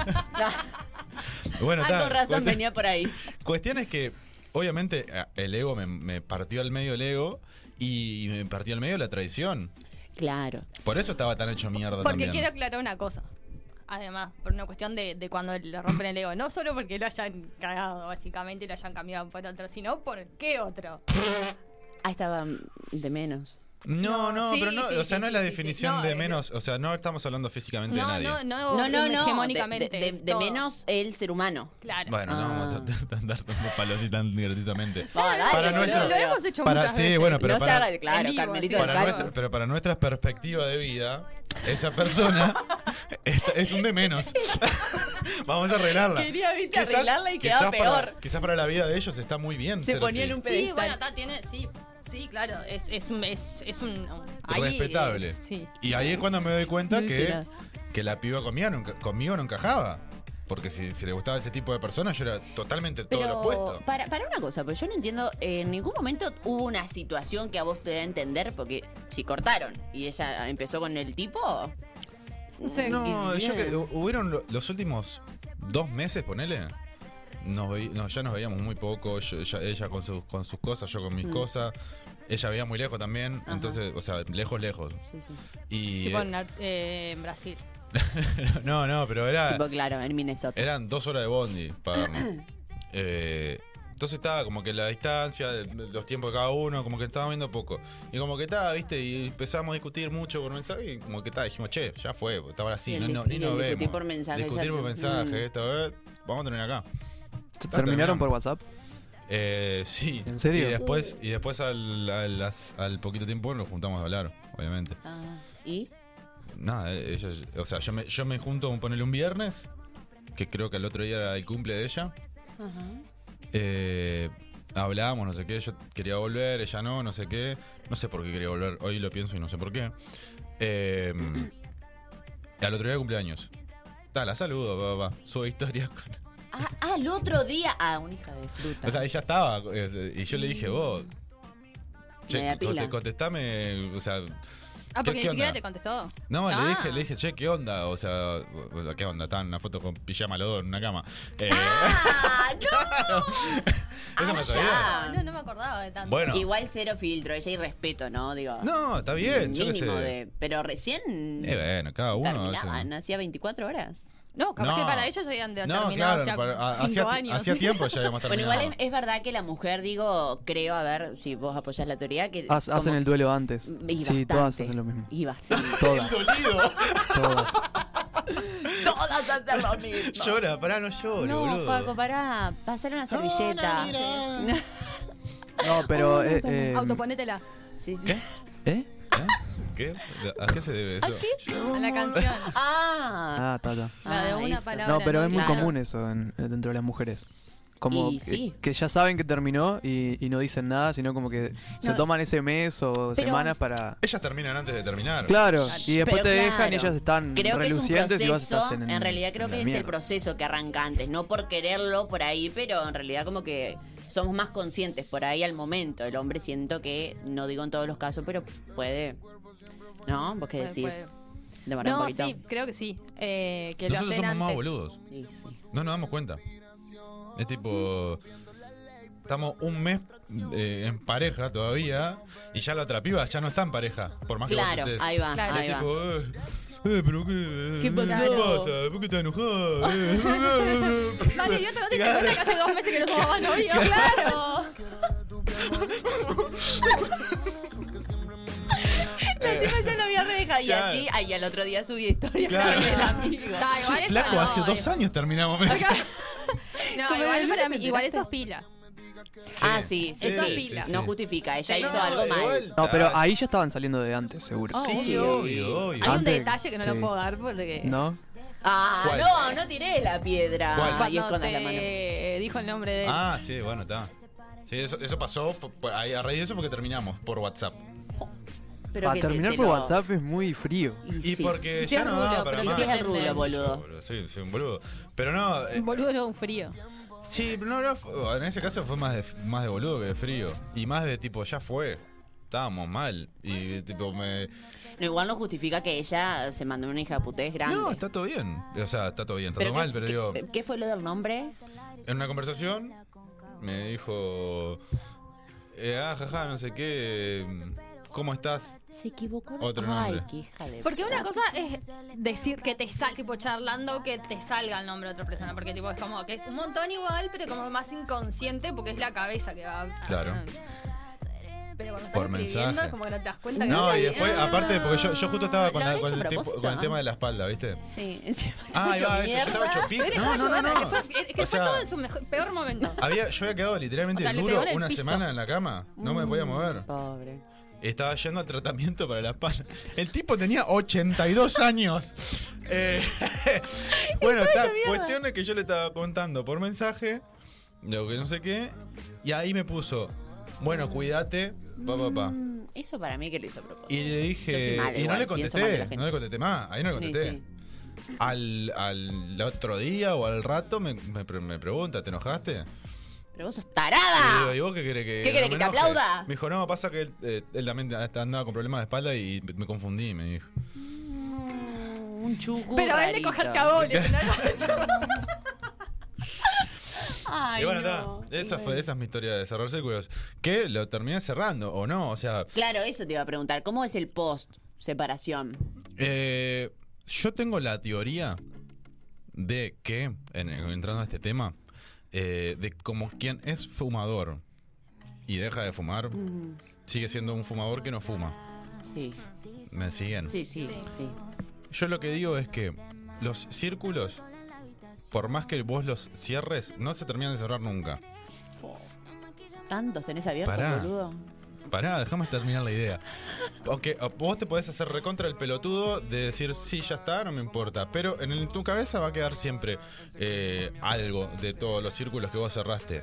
Speaker 3: bueno,
Speaker 1: Ah,
Speaker 3: ta,
Speaker 1: con razón
Speaker 3: cuestión-
Speaker 1: venía por ahí.
Speaker 3: Cuestión es que, obviamente, a- el ego me, me partió al medio el ego y me partió al medio la traición.
Speaker 1: Claro.
Speaker 3: Por eso estaba tan hecho mierda
Speaker 2: Porque
Speaker 3: también.
Speaker 2: quiero aclarar una cosa. Además, por una cuestión de, de cuando le rompen el ego. No solo porque lo hayan cagado, básicamente, y lo hayan cambiado por otro, sino por qué otro.
Speaker 1: Ah, estaba mm, de menos.
Speaker 3: No, no,
Speaker 2: Sí,
Speaker 3: pero no,
Speaker 2: sí,
Speaker 3: o sea,
Speaker 2: sí,
Speaker 3: no
Speaker 2: sí,
Speaker 3: es la
Speaker 2: sí, sí.
Speaker 3: definición
Speaker 2: No,
Speaker 3: de
Speaker 2: es-
Speaker 3: menos, o sea, no estamos hablando físicamente de
Speaker 2: No,
Speaker 3: nadie.
Speaker 2: no, no,
Speaker 1: No, no, no.
Speaker 2: hegemónicamente,
Speaker 1: De, de- de- de
Speaker 2: todo.
Speaker 1: menos el ser humano.
Speaker 2: Claro.
Speaker 3: Bueno, no
Speaker 1: Ah.
Speaker 3: vamos a andar dando palos y tan gratuitamente.
Speaker 1: Ah, dale,
Speaker 3: Para
Speaker 1: boludo,
Speaker 3: nuestro-
Speaker 2: Lo hemos hecho
Speaker 3: Para-
Speaker 2: muchas
Speaker 3: sí,
Speaker 2: veces.
Speaker 3: bueno, pero
Speaker 1: no
Speaker 3: para-
Speaker 1: se haga, claro,
Speaker 2: En vivo,
Speaker 1: Carmelito
Speaker 2: sí,
Speaker 1: del
Speaker 3: Para
Speaker 2: claro.
Speaker 1: Carmen.
Speaker 3: nuestra, pero para nuestra perspectiva de vida, esa persona es, es un de menos. Vamos a arreglarla.
Speaker 1: Quería, viste, arreglarla y quedaba
Speaker 3: quizás para-
Speaker 1: peor.
Speaker 3: quizás para la vida de ellos está muy bien.
Speaker 1: Se
Speaker 3: ser
Speaker 1: ponía
Speaker 3: así.
Speaker 1: en un pedestal.
Speaker 2: Sí, bueno, ta, tiene, sí, sí, claro, es, es un, es, es un, ahí,
Speaker 3: Respetable.
Speaker 2: eh, sí.
Speaker 3: Y ahí es cuando me doy cuenta
Speaker 1: No dice
Speaker 3: que,
Speaker 1: nada.
Speaker 3: que la piba conmigo no, enca- conmigo no encajaba. Porque si, si le gustaba ese tipo de personas, yo era totalmente todo lo
Speaker 1: Pero
Speaker 3: opuesto.
Speaker 1: para, para una cosa, pues yo no entiendo, eh, en ningún momento hubo una situación que a vos te dé a entender, porque si cortaron y ella empezó con el tipo...
Speaker 2: sé.
Speaker 3: No,
Speaker 1: mm,
Speaker 3: yo que
Speaker 1: bien.
Speaker 3: hu- hubieron lo- los últimos dos meses, ponele. Nos veí- no, ya nos veíamos muy poco, yo- ella, ella con, sus, con sus cosas, yo con mis cosas. Ella veía muy lejos también,
Speaker 1: Mm. Ajá.
Speaker 3: entonces, o sea, lejos, lejos.
Speaker 1: Sí, sí.
Speaker 3: Y
Speaker 2: Tipo
Speaker 3: eh,
Speaker 2: en, Ar- eh, en Brasil.
Speaker 3: no, no, pero era
Speaker 1: Tipo, claro, en Minnesota.
Speaker 3: Eran dos horas de bondi para vernos. Eh, entonces estaba como que la distancia, los tiempos de cada uno, como que estaba viendo poco. Y como que estaba, viste, y empezamos a discutir mucho por mensaje y como que estaba, dijimos, che, ya fue, porque estaba así,
Speaker 1: Y
Speaker 3: no,
Speaker 1: el
Speaker 3: no,
Speaker 1: dis-
Speaker 3: ni
Speaker 1: y
Speaker 3: nos
Speaker 1: el
Speaker 3: vemos.
Speaker 1: discutir por mensaje,
Speaker 3: Discutir
Speaker 1: ya
Speaker 3: por
Speaker 1: te-
Speaker 3: mensaje,
Speaker 1: mm.
Speaker 3: esto, eh, vamos a terminar acá.
Speaker 4: ¿Te
Speaker 3: Ah, terminaron.
Speaker 4: ¿Terminaron por WhatsApp?
Speaker 3: Eh, sí.
Speaker 4: ¿En serio?
Speaker 3: Y después, y después al, al, as- al poquito tiempo nos juntamos a hablar, obviamente.
Speaker 1: Ah, ¿Y?
Speaker 3: Nada, eh, ella, o sea, yo me, yo me junto, ponele un viernes, que creo que el otro día era el cumple de ella.
Speaker 1: Ajá.
Speaker 3: Eh, hablábamos, no sé qué, yo quería volver, ella no, no sé qué. No sé por qué quería volver, hoy lo pienso y no sé por qué. Eh, al otro día de cumpleaños. Ta, la saludo, papá, Sube historias. con-
Speaker 1: Ah, ah, el otro día. Ah, una hija de fruta.
Speaker 3: O sea, ella estaba. eh, Y yo le dije, vos.
Speaker 1: Media
Speaker 3: conte-
Speaker 1: Mm, pila.
Speaker 3: contestame. O sea.
Speaker 2: Ah, porque
Speaker 3: qué
Speaker 2: ni siquiera
Speaker 3: onda?
Speaker 2: te contestó.
Speaker 3: No,
Speaker 2: Ah.
Speaker 3: le dije, le dije, che, ¿qué onda? O sea, o sea, ¿qué onda? Estaban en una foto con pijama los dos en una cama. Eh,
Speaker 1: ¡Ah, no!
Speaker 3: eso me
Speaker 1: allá.
Speaker 3: sabía.
Speaker 2: Ah, no, no me acordaba de tanto.
Speaker 3: Bueno.
Speaker 1: Igual cero filtro, ella y respeto, ¿no? Digo.
Speaker 3: No, está bien, yo qué sé.
Speaker 1: mínimo de. Pero recién.
Speaker 3: Eh, bueno, cada uno. o sea.
Speaker 1: terminaban, hacía 24 horas.
Speaker 2: No, capaz
Speaker 3: No.
Speaker 2: que para ellos habían de-
Speaker 3: No, claro,
Speaker 2: terminado hace
Speaker 3: para- ha-
Speaker 2: cinco
Speaker 3: hacía, ti-
Speaker 2: años.
Speaker 3: hacía tiempo ya habíamos
Speaker 1: Bueno,
Speaker 3: terminado.
Speaker 1: igual es, es verdad que la mujer, digo, creo, a ver si vos apoyás la teoría, que.
Speaker 4: Haz- hacen el duelo antes. Sí,
Speaker 1: Eh, Mm, Y
Speaker 4: todas
Speaker 1: bastante.
Speaker 4: hacen lo mismo.
Speaker 1: Y bastante.
Speaker 4: Todas,
Speaker 3: dolido.
Speaker 4: todas.
Speaker 1: Todas hacen lo mismo.
Speaker 3: Llora, pará, no lloro,
Speaker 1: No,
Speaker 3: boludo.
Speaker 1: Paco, pará. Pasar una servilleta.
Speaker 4: No, pero... eh, eh,
Speaker 2: Autoponétela
Speaker 1: sí, sí.
Speaker 3: ¿Qué?
Speaker 4: ¿Eh?
Speaker 3: ¿Eh? ¿Qué? ¿A qué se debe eso?
Speaker 2: a la canción.
Speaker 1: Ah.
Speaker 4: Ah, está, está.
Speaker 2: La de
Speaker 1: Ah,
Speaker 2: una
Speaker 1: eso.
Speaker 2: palabra.
Speaker 4: No, pero es muy
Speaker 1: Claro.
Speaker 4: común eso en- dentro de las mujeres. Como
Speaker 1: Y
Speaker 4: que,
Speaker 1: sí.
Speaker 4: que ya saben que terminó y, y no dicen nada, sino como que se
Speaker 1: No.
Speaker 4: toman ese mes o semanas para...
Speaker 3: Ellas terminan antes de terminar.
Speaker 4: Claro, y
Speaker 1: Pero
Speaker 4: Ah, después te
Speaker 1: claro.
Speaker 4: dejan y ellas están
Speaker 1: Creo que es un
Speaker 4: relucientes y vos
Speaker 1: proceso,
Speaker 4: estás en
Speaker 1: En realidad creo
Speaker 4: en
Speaker 1: que
Speaker 4: la
Speaker 1: es el
Speaker 4: mierda.
Speaker 1: proceso que arranca antes, no por quererlo por ahí, pero en realidad como que somos más conscientes por ahí al momento. El hombre siento que, no digo en todos los casos, pero puede. ¿No? Vos qué
Speaker 2: Puede-
Speaker 1: decís,
Speaker 2: puede.
Speaker 1: demorar un
Speaker 2: No,
Speaker 1: poquito.
Speaker 2: sí, creo que sí. Eh, que
Speaker 3: Nosotros
Speaker 2: lo hacen
Speaker 3: somos más
Speaker 2: antes.
Speaker 3: boludos.
Speaker 1: Sí, sí.
Speaker 3: No nos damos cuenta. Es tipo. Estamos un mes eh, en pareja todavía y ya la otra piba ya no está en pareja. Por
Speaker 4: Ah,
Speaker 3: más que vos
Speaker 1: Claro,
Speaker 3: estés.
Speaker 1: ahí va,
Speaker 2: Claro.
Speaker 1: ahí
Speaker 3: Es
Speaker 1: va.
Speaker 3: tipo, eh, eh, pero qué. eh,
Speaker 2: ¿Qué pasó?
Speaker 3: ¿Qué pasa? ¿Por qué estás enojada? Eh,
Speaker 2: Dale, idiota, no te diste
Speaker 3: Claro.
Speaker 2: cuenta que hace dos meses que no somos más novios. Claro.
Speaker 1: La tipa
Speaker 4: eh,
Speaker 1: ya no había me dejado y
Speaker 3: Claro.
Speaker 1: así, ahí al otro día subí historia
Speaker 3: Claro.
Speaker 1: con el amigo.
Speaker 2: Da,
Speaker 3: Che,
Speaker 2: igual eso
Speaker 3: flaco,
Speaker 2: no,
Speaker 3: hace dos años terminamos. me dice.
Speaker 2: No,
Speaker 1: Como
Speaker 2: igual
Speaker 1: la
Speaker 2: para
Speaker 1: luna,
Speaker 2: mí,
Speaker 1: ¿te
Speaker 2: igual
Speaker 1: enteraste?
Speaker 2: eso es pila.
Speaker 1: Ah, sí, sí,
Speaker 2: Eso
Speaker 1: sí.
Speaker 2: es pila.
Speaker 1: No justifica, ella hizo algo mal.
Speaker 3: Ah.
Speaker 4: No, pero ahí ya estaban saliendo de antes, seguro.
Speaker 3: Sí,
Speaker 1: Oh, sí,
Speaker 3: obvio, obvio.
Speaker 2: Hay un
Speaker 4: Antes,
Speaker 2: detalle que no
Speaker 4: sí.
Speaker 2: lo puedo dar porque.
Speaker 4: ¿No?
Speaker 1: Ah,
Speaker 3: ¿Cuál?
Speaker 1: no, no tiré la piedra.
Speaker 3: ¿Cuál?
Speaker 1: Y
Speaker 2: Cuando
Speaker 1: escondas la mano.
Speaker 2: te dijo el nombre de él.
Speaker 3: Ah, sí, bueno, está. Sí, eso, eso pasó fue- fue- ahí- a raíz de eso porque terminamos por WhatsApp.
Speaker 1: pero
Speaker 4: Para
Speaker 1: que te-
Speaker 4: terminar
Speaker 1: te
Speaker 4: por
Speaker 1: lo-
Speaker 4: WhatsApp es muy frío.
Speaker 3: Y
Speaker 1: sí.
Speaker 3: porque
Speaker 1: Sí
Speaker 3: ya
Speaker 1: es
Speaker 3: no
Speaker 1: rulo, pero
Speaker 3: daba para
Speaker 1: y
Speaker 3: más.
Speaker 1: sí es el rulo,
Speaker 3: Soy
Speaker 1: boludo.
Speaker 3: un Soy, soy un boludo. Pero no, eh,
Speaker 2: Un boludo no un frío.
Speaker 3: sí, pero no, no, fue- en ese caso fue más de, más de boludo que de frío. Y más de tipo, ya fue. Estábamos mal. Y tipo, me.
Speaker 1: No, igual no justifica que ella se mandó una hija de putés grande.
Speaker 3: No, está todo bien. O sea, está todo bien, está todo
Speaker 1: qué-
Speaker 3: mal, pero
Speaker 1: qué-
Speaker 3: digo.
Speaker 1: ¿Qué fue lo del nombre?
Speaker 3: En una conversación me dijo, eh, ah, jaja, no sé qué, ¿cómo estás?
Speaker 1: Se equivocó. de-
Speaker 3: Otro
Speaker 1: Ay,
Speaker 3: nombre.
Speaker 1: qué hija de.
Speaker 2: Porque una
Speaker 1: puta.
Speaker 2: cosa es decir que te sal, tipo charlando que te salga el nombre de otra persona, porque tipo es como que es un montón igual, pero como más inconsciente porque es la cabeza que va
Speaker 3: Claro.
Speaker 1: Ah,
Speaker 2: haciendo- Pero cuando
Speaker 3: Por
Speaker 2: estás escribiendo
Speaker 3: mensaje.
Speaker 2: es como que no te das cuenta que
Speaker 3: No,
Speaker 2: está
Speaker 3: y
Speaker 2: bien.
Speaker 3: después, aparte, porque yo, yo justo estaba con,
Speaker 1: Lo
Speaker 3: la-
Speaker 1: habrá
Speaker 3: con
Speaker 1: hecho
Speaker 3: el,
Speaker 1: a
Speaker 3: tipo-
Speaker 1: propósito,
Speaker 3: con el
Speaker 1: ¿no?
Speaker 3: tema de la espalda, ¿viste?
Speaker 1: Sí, encima. te
Speaker 3: Ah,
Speaker 1: escucho
Speaker 3: iba, eso, yo
Speaker 1: mierda.
Speaker 3: estaba hecho
Speaker 2: Pero
Speaker 3: pico.
Speaker 2: estaba
Speaker 3: No, no, no,
Speaker 2: chupando, que
Speaker 3: no.
Speaker 2: fue- es que
Speaker 3: O
Speaker 2: fue
Speaker 3: sea,
Speaker 2: todo en su mejor- peor momento.
Speaker 3: había, yo había quedado literalmente
Speaker 2: O sea, le
Speaker 3: duro
Speaker 2: pegó en el
Speaker 3: una
Speaker 2: piso.
Speaker 3: semana en la cama. No me
Speaker 1: Mm.
Speaker 3: podía mover.
Speaker 1: Pobre.
Speaker 3: Estaba yendo al tratamiento para la espalda. El tipo tenía 82 años. Eh, bueno, está, cuestión es que yo le estaba contando por mensaje, lo que no sé qué, y ahí me puso, bueno, cuídate, pa, pa, pa.
Speaker 1: Mm, Eso para mí que lo hizo a propósito.
Speaker 3: Y le
Speaker 1: Yo soy
Speaker 3: dije,
Speaker 1: mala
Speaker 3: y no
Speaker 1: igual,
Speaker 3: le
Speaker 1: pienso mal de la
Speaker 3: contesté,
Speaker 1: gente.
Speaker 3: no le contesté más, ahí no le
Speaker 1: Sí,
Speaker 3: contesté.
Speaker 1: sí.
Speaker 3: Al, al otro día o al rato me, me pre- me pregunta, ¿te enojaste?
Speaker 1: Pero vos sos
Speaker 3: Y digo,
Speaker 1: tarada.
Speaker 3: ¿y vos qué querés que.?
Speaker 1: Ah. ¿Qué querés
Speaker 3: no me
Speaker 1: que te
Speaker 3: enoje?
Speaker 1: aplauda?
Speaker 3: Me dijo, no, pasa que él, eh, él también andaba con problemas de espalda y me confundí, me dijo.
Speaker 1: Mm, Un chucu.
Speaker 2: Pero él de
Speaker 1: rarito.
Speaker 2: coger cabones. Ay,
Speaker 3: y bueno,
Speaker 2: no.
Speaker 3: está. Esa, fue, esa es mi historia de cerrar círculos. Que lo terminé cerrando, o no. O sea,
Speaker 1: Claro, eso te iba a preguntar. ¿Cómo es el post separación?
Speaker 3: eh, yo tengo la teoría de que, en- entrando a este tema, eh, de como quien es fumador y deja de fumar,
Speaker 1: Mm,
Speaker 3: sigue siendo un fumador que no fuma.
Speaker 1: Sí.
Speaker 3: ¿Me siguen?
Speaker 1: Sí, sí,
Speaker 2: Sí.
Speaker 1: sí.
Speaker 3: Yo lo que digo es que los círculos, por más que vos los cierres, no se terminan de cerrar nunca.
Speaker 1: Fo. ¿Tantos tenés abiertos,
Speaker 3: Pará.
Speaker 1: boludo?
Speaker 3: Pará, déjame terminar la idea. Porque o vos te podés hacer recontra el pelotudo de decir, sí, ya está, no me importa. Pero en el- tu cabeza va a quedar siempre eh, algo de todos los círculos que vos cerraste.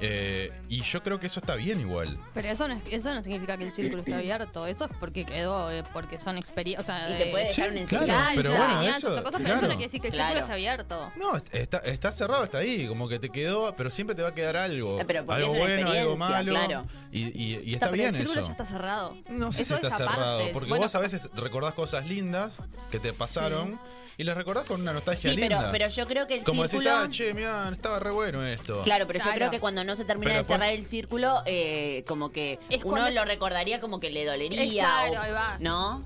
Speaker 3: Eh, y yo creo que eso está bien igual.
Speaker 2: Pero eso no, es- eso no significa que el círculo está abierto, eso es porque quedó, eh, porque son experiencias, o sea,
Speaker 1: Y te
Speaker 2: de-
Speaker 1: puede
Speaker 3: Sí,
Speaker 1: dejar una
Speaker 3: claro,
Speaker 1: Eh, enseñanza.
Speaker 3: pero
Speaker 2: enseñanzas,
Speaker 3: bueno, eso-
Speaker 2: o cosas, pero
Speaker 3: claro.
Speaker 2: eso no quiere decir que el
Speaker 1: Claro.
Speaker 2: círculo está abierto.
Speaker 3: No, está, está cerrado, está ahí, como que te quedó, pero siempre te va a quedar algo.
Speaker 1: Eh, pero porque
Speaker 3: algo
Speaker 1: es una
Speaker 3: bueno, algo
Speaker 1: experiencia,
Speaker 3: malo.
Speaker 1: claro.
Speaker 3: Y, y- y está
Speaker 2: pero
Speaker 3: bien
Speaker 2: el círculo
Speaker 3: eso.
Speaker 2: ya está cerrado.
Speaker 3: No sé
Speaker 2: Eso
Speaker 3: si está
Speaker 2: es aparte,
Speaker 3: cerrado,
Speaker 2: es-
Speaker 3: porque
Speaker 2: bueno,
Speaker 3: vos a veces recordás cosas lindas que te pasaron y las recordás con una nostalgia
Speaker 1: Sí, pero,
Speaker 3: linda.
Speaker 1: pero yo creo que el
Speaker 3: Como decís,
Speaker 1: círculo.
Speaker 3: ah, che, mirá, estaba re bueno esto.
Speaker 1: Claro, pero yo
Speaker 2: Claro.
Speaker 1: creo que cuando no se termina
Speaker 3: Pero pues
Speaker 1: de cerrar
Speaker 3: después-
Speaker 1: el círculo, eh, como que
Speaker 2: Es
Speaker 1: uno
Speaker 2: cuando-
Speaker 1: lo recordaría como que le dolería.
Speaker 2: Es claro,
Speaker 1: o-
Speaker 2: ahí va.
Speaker 1: ¿No?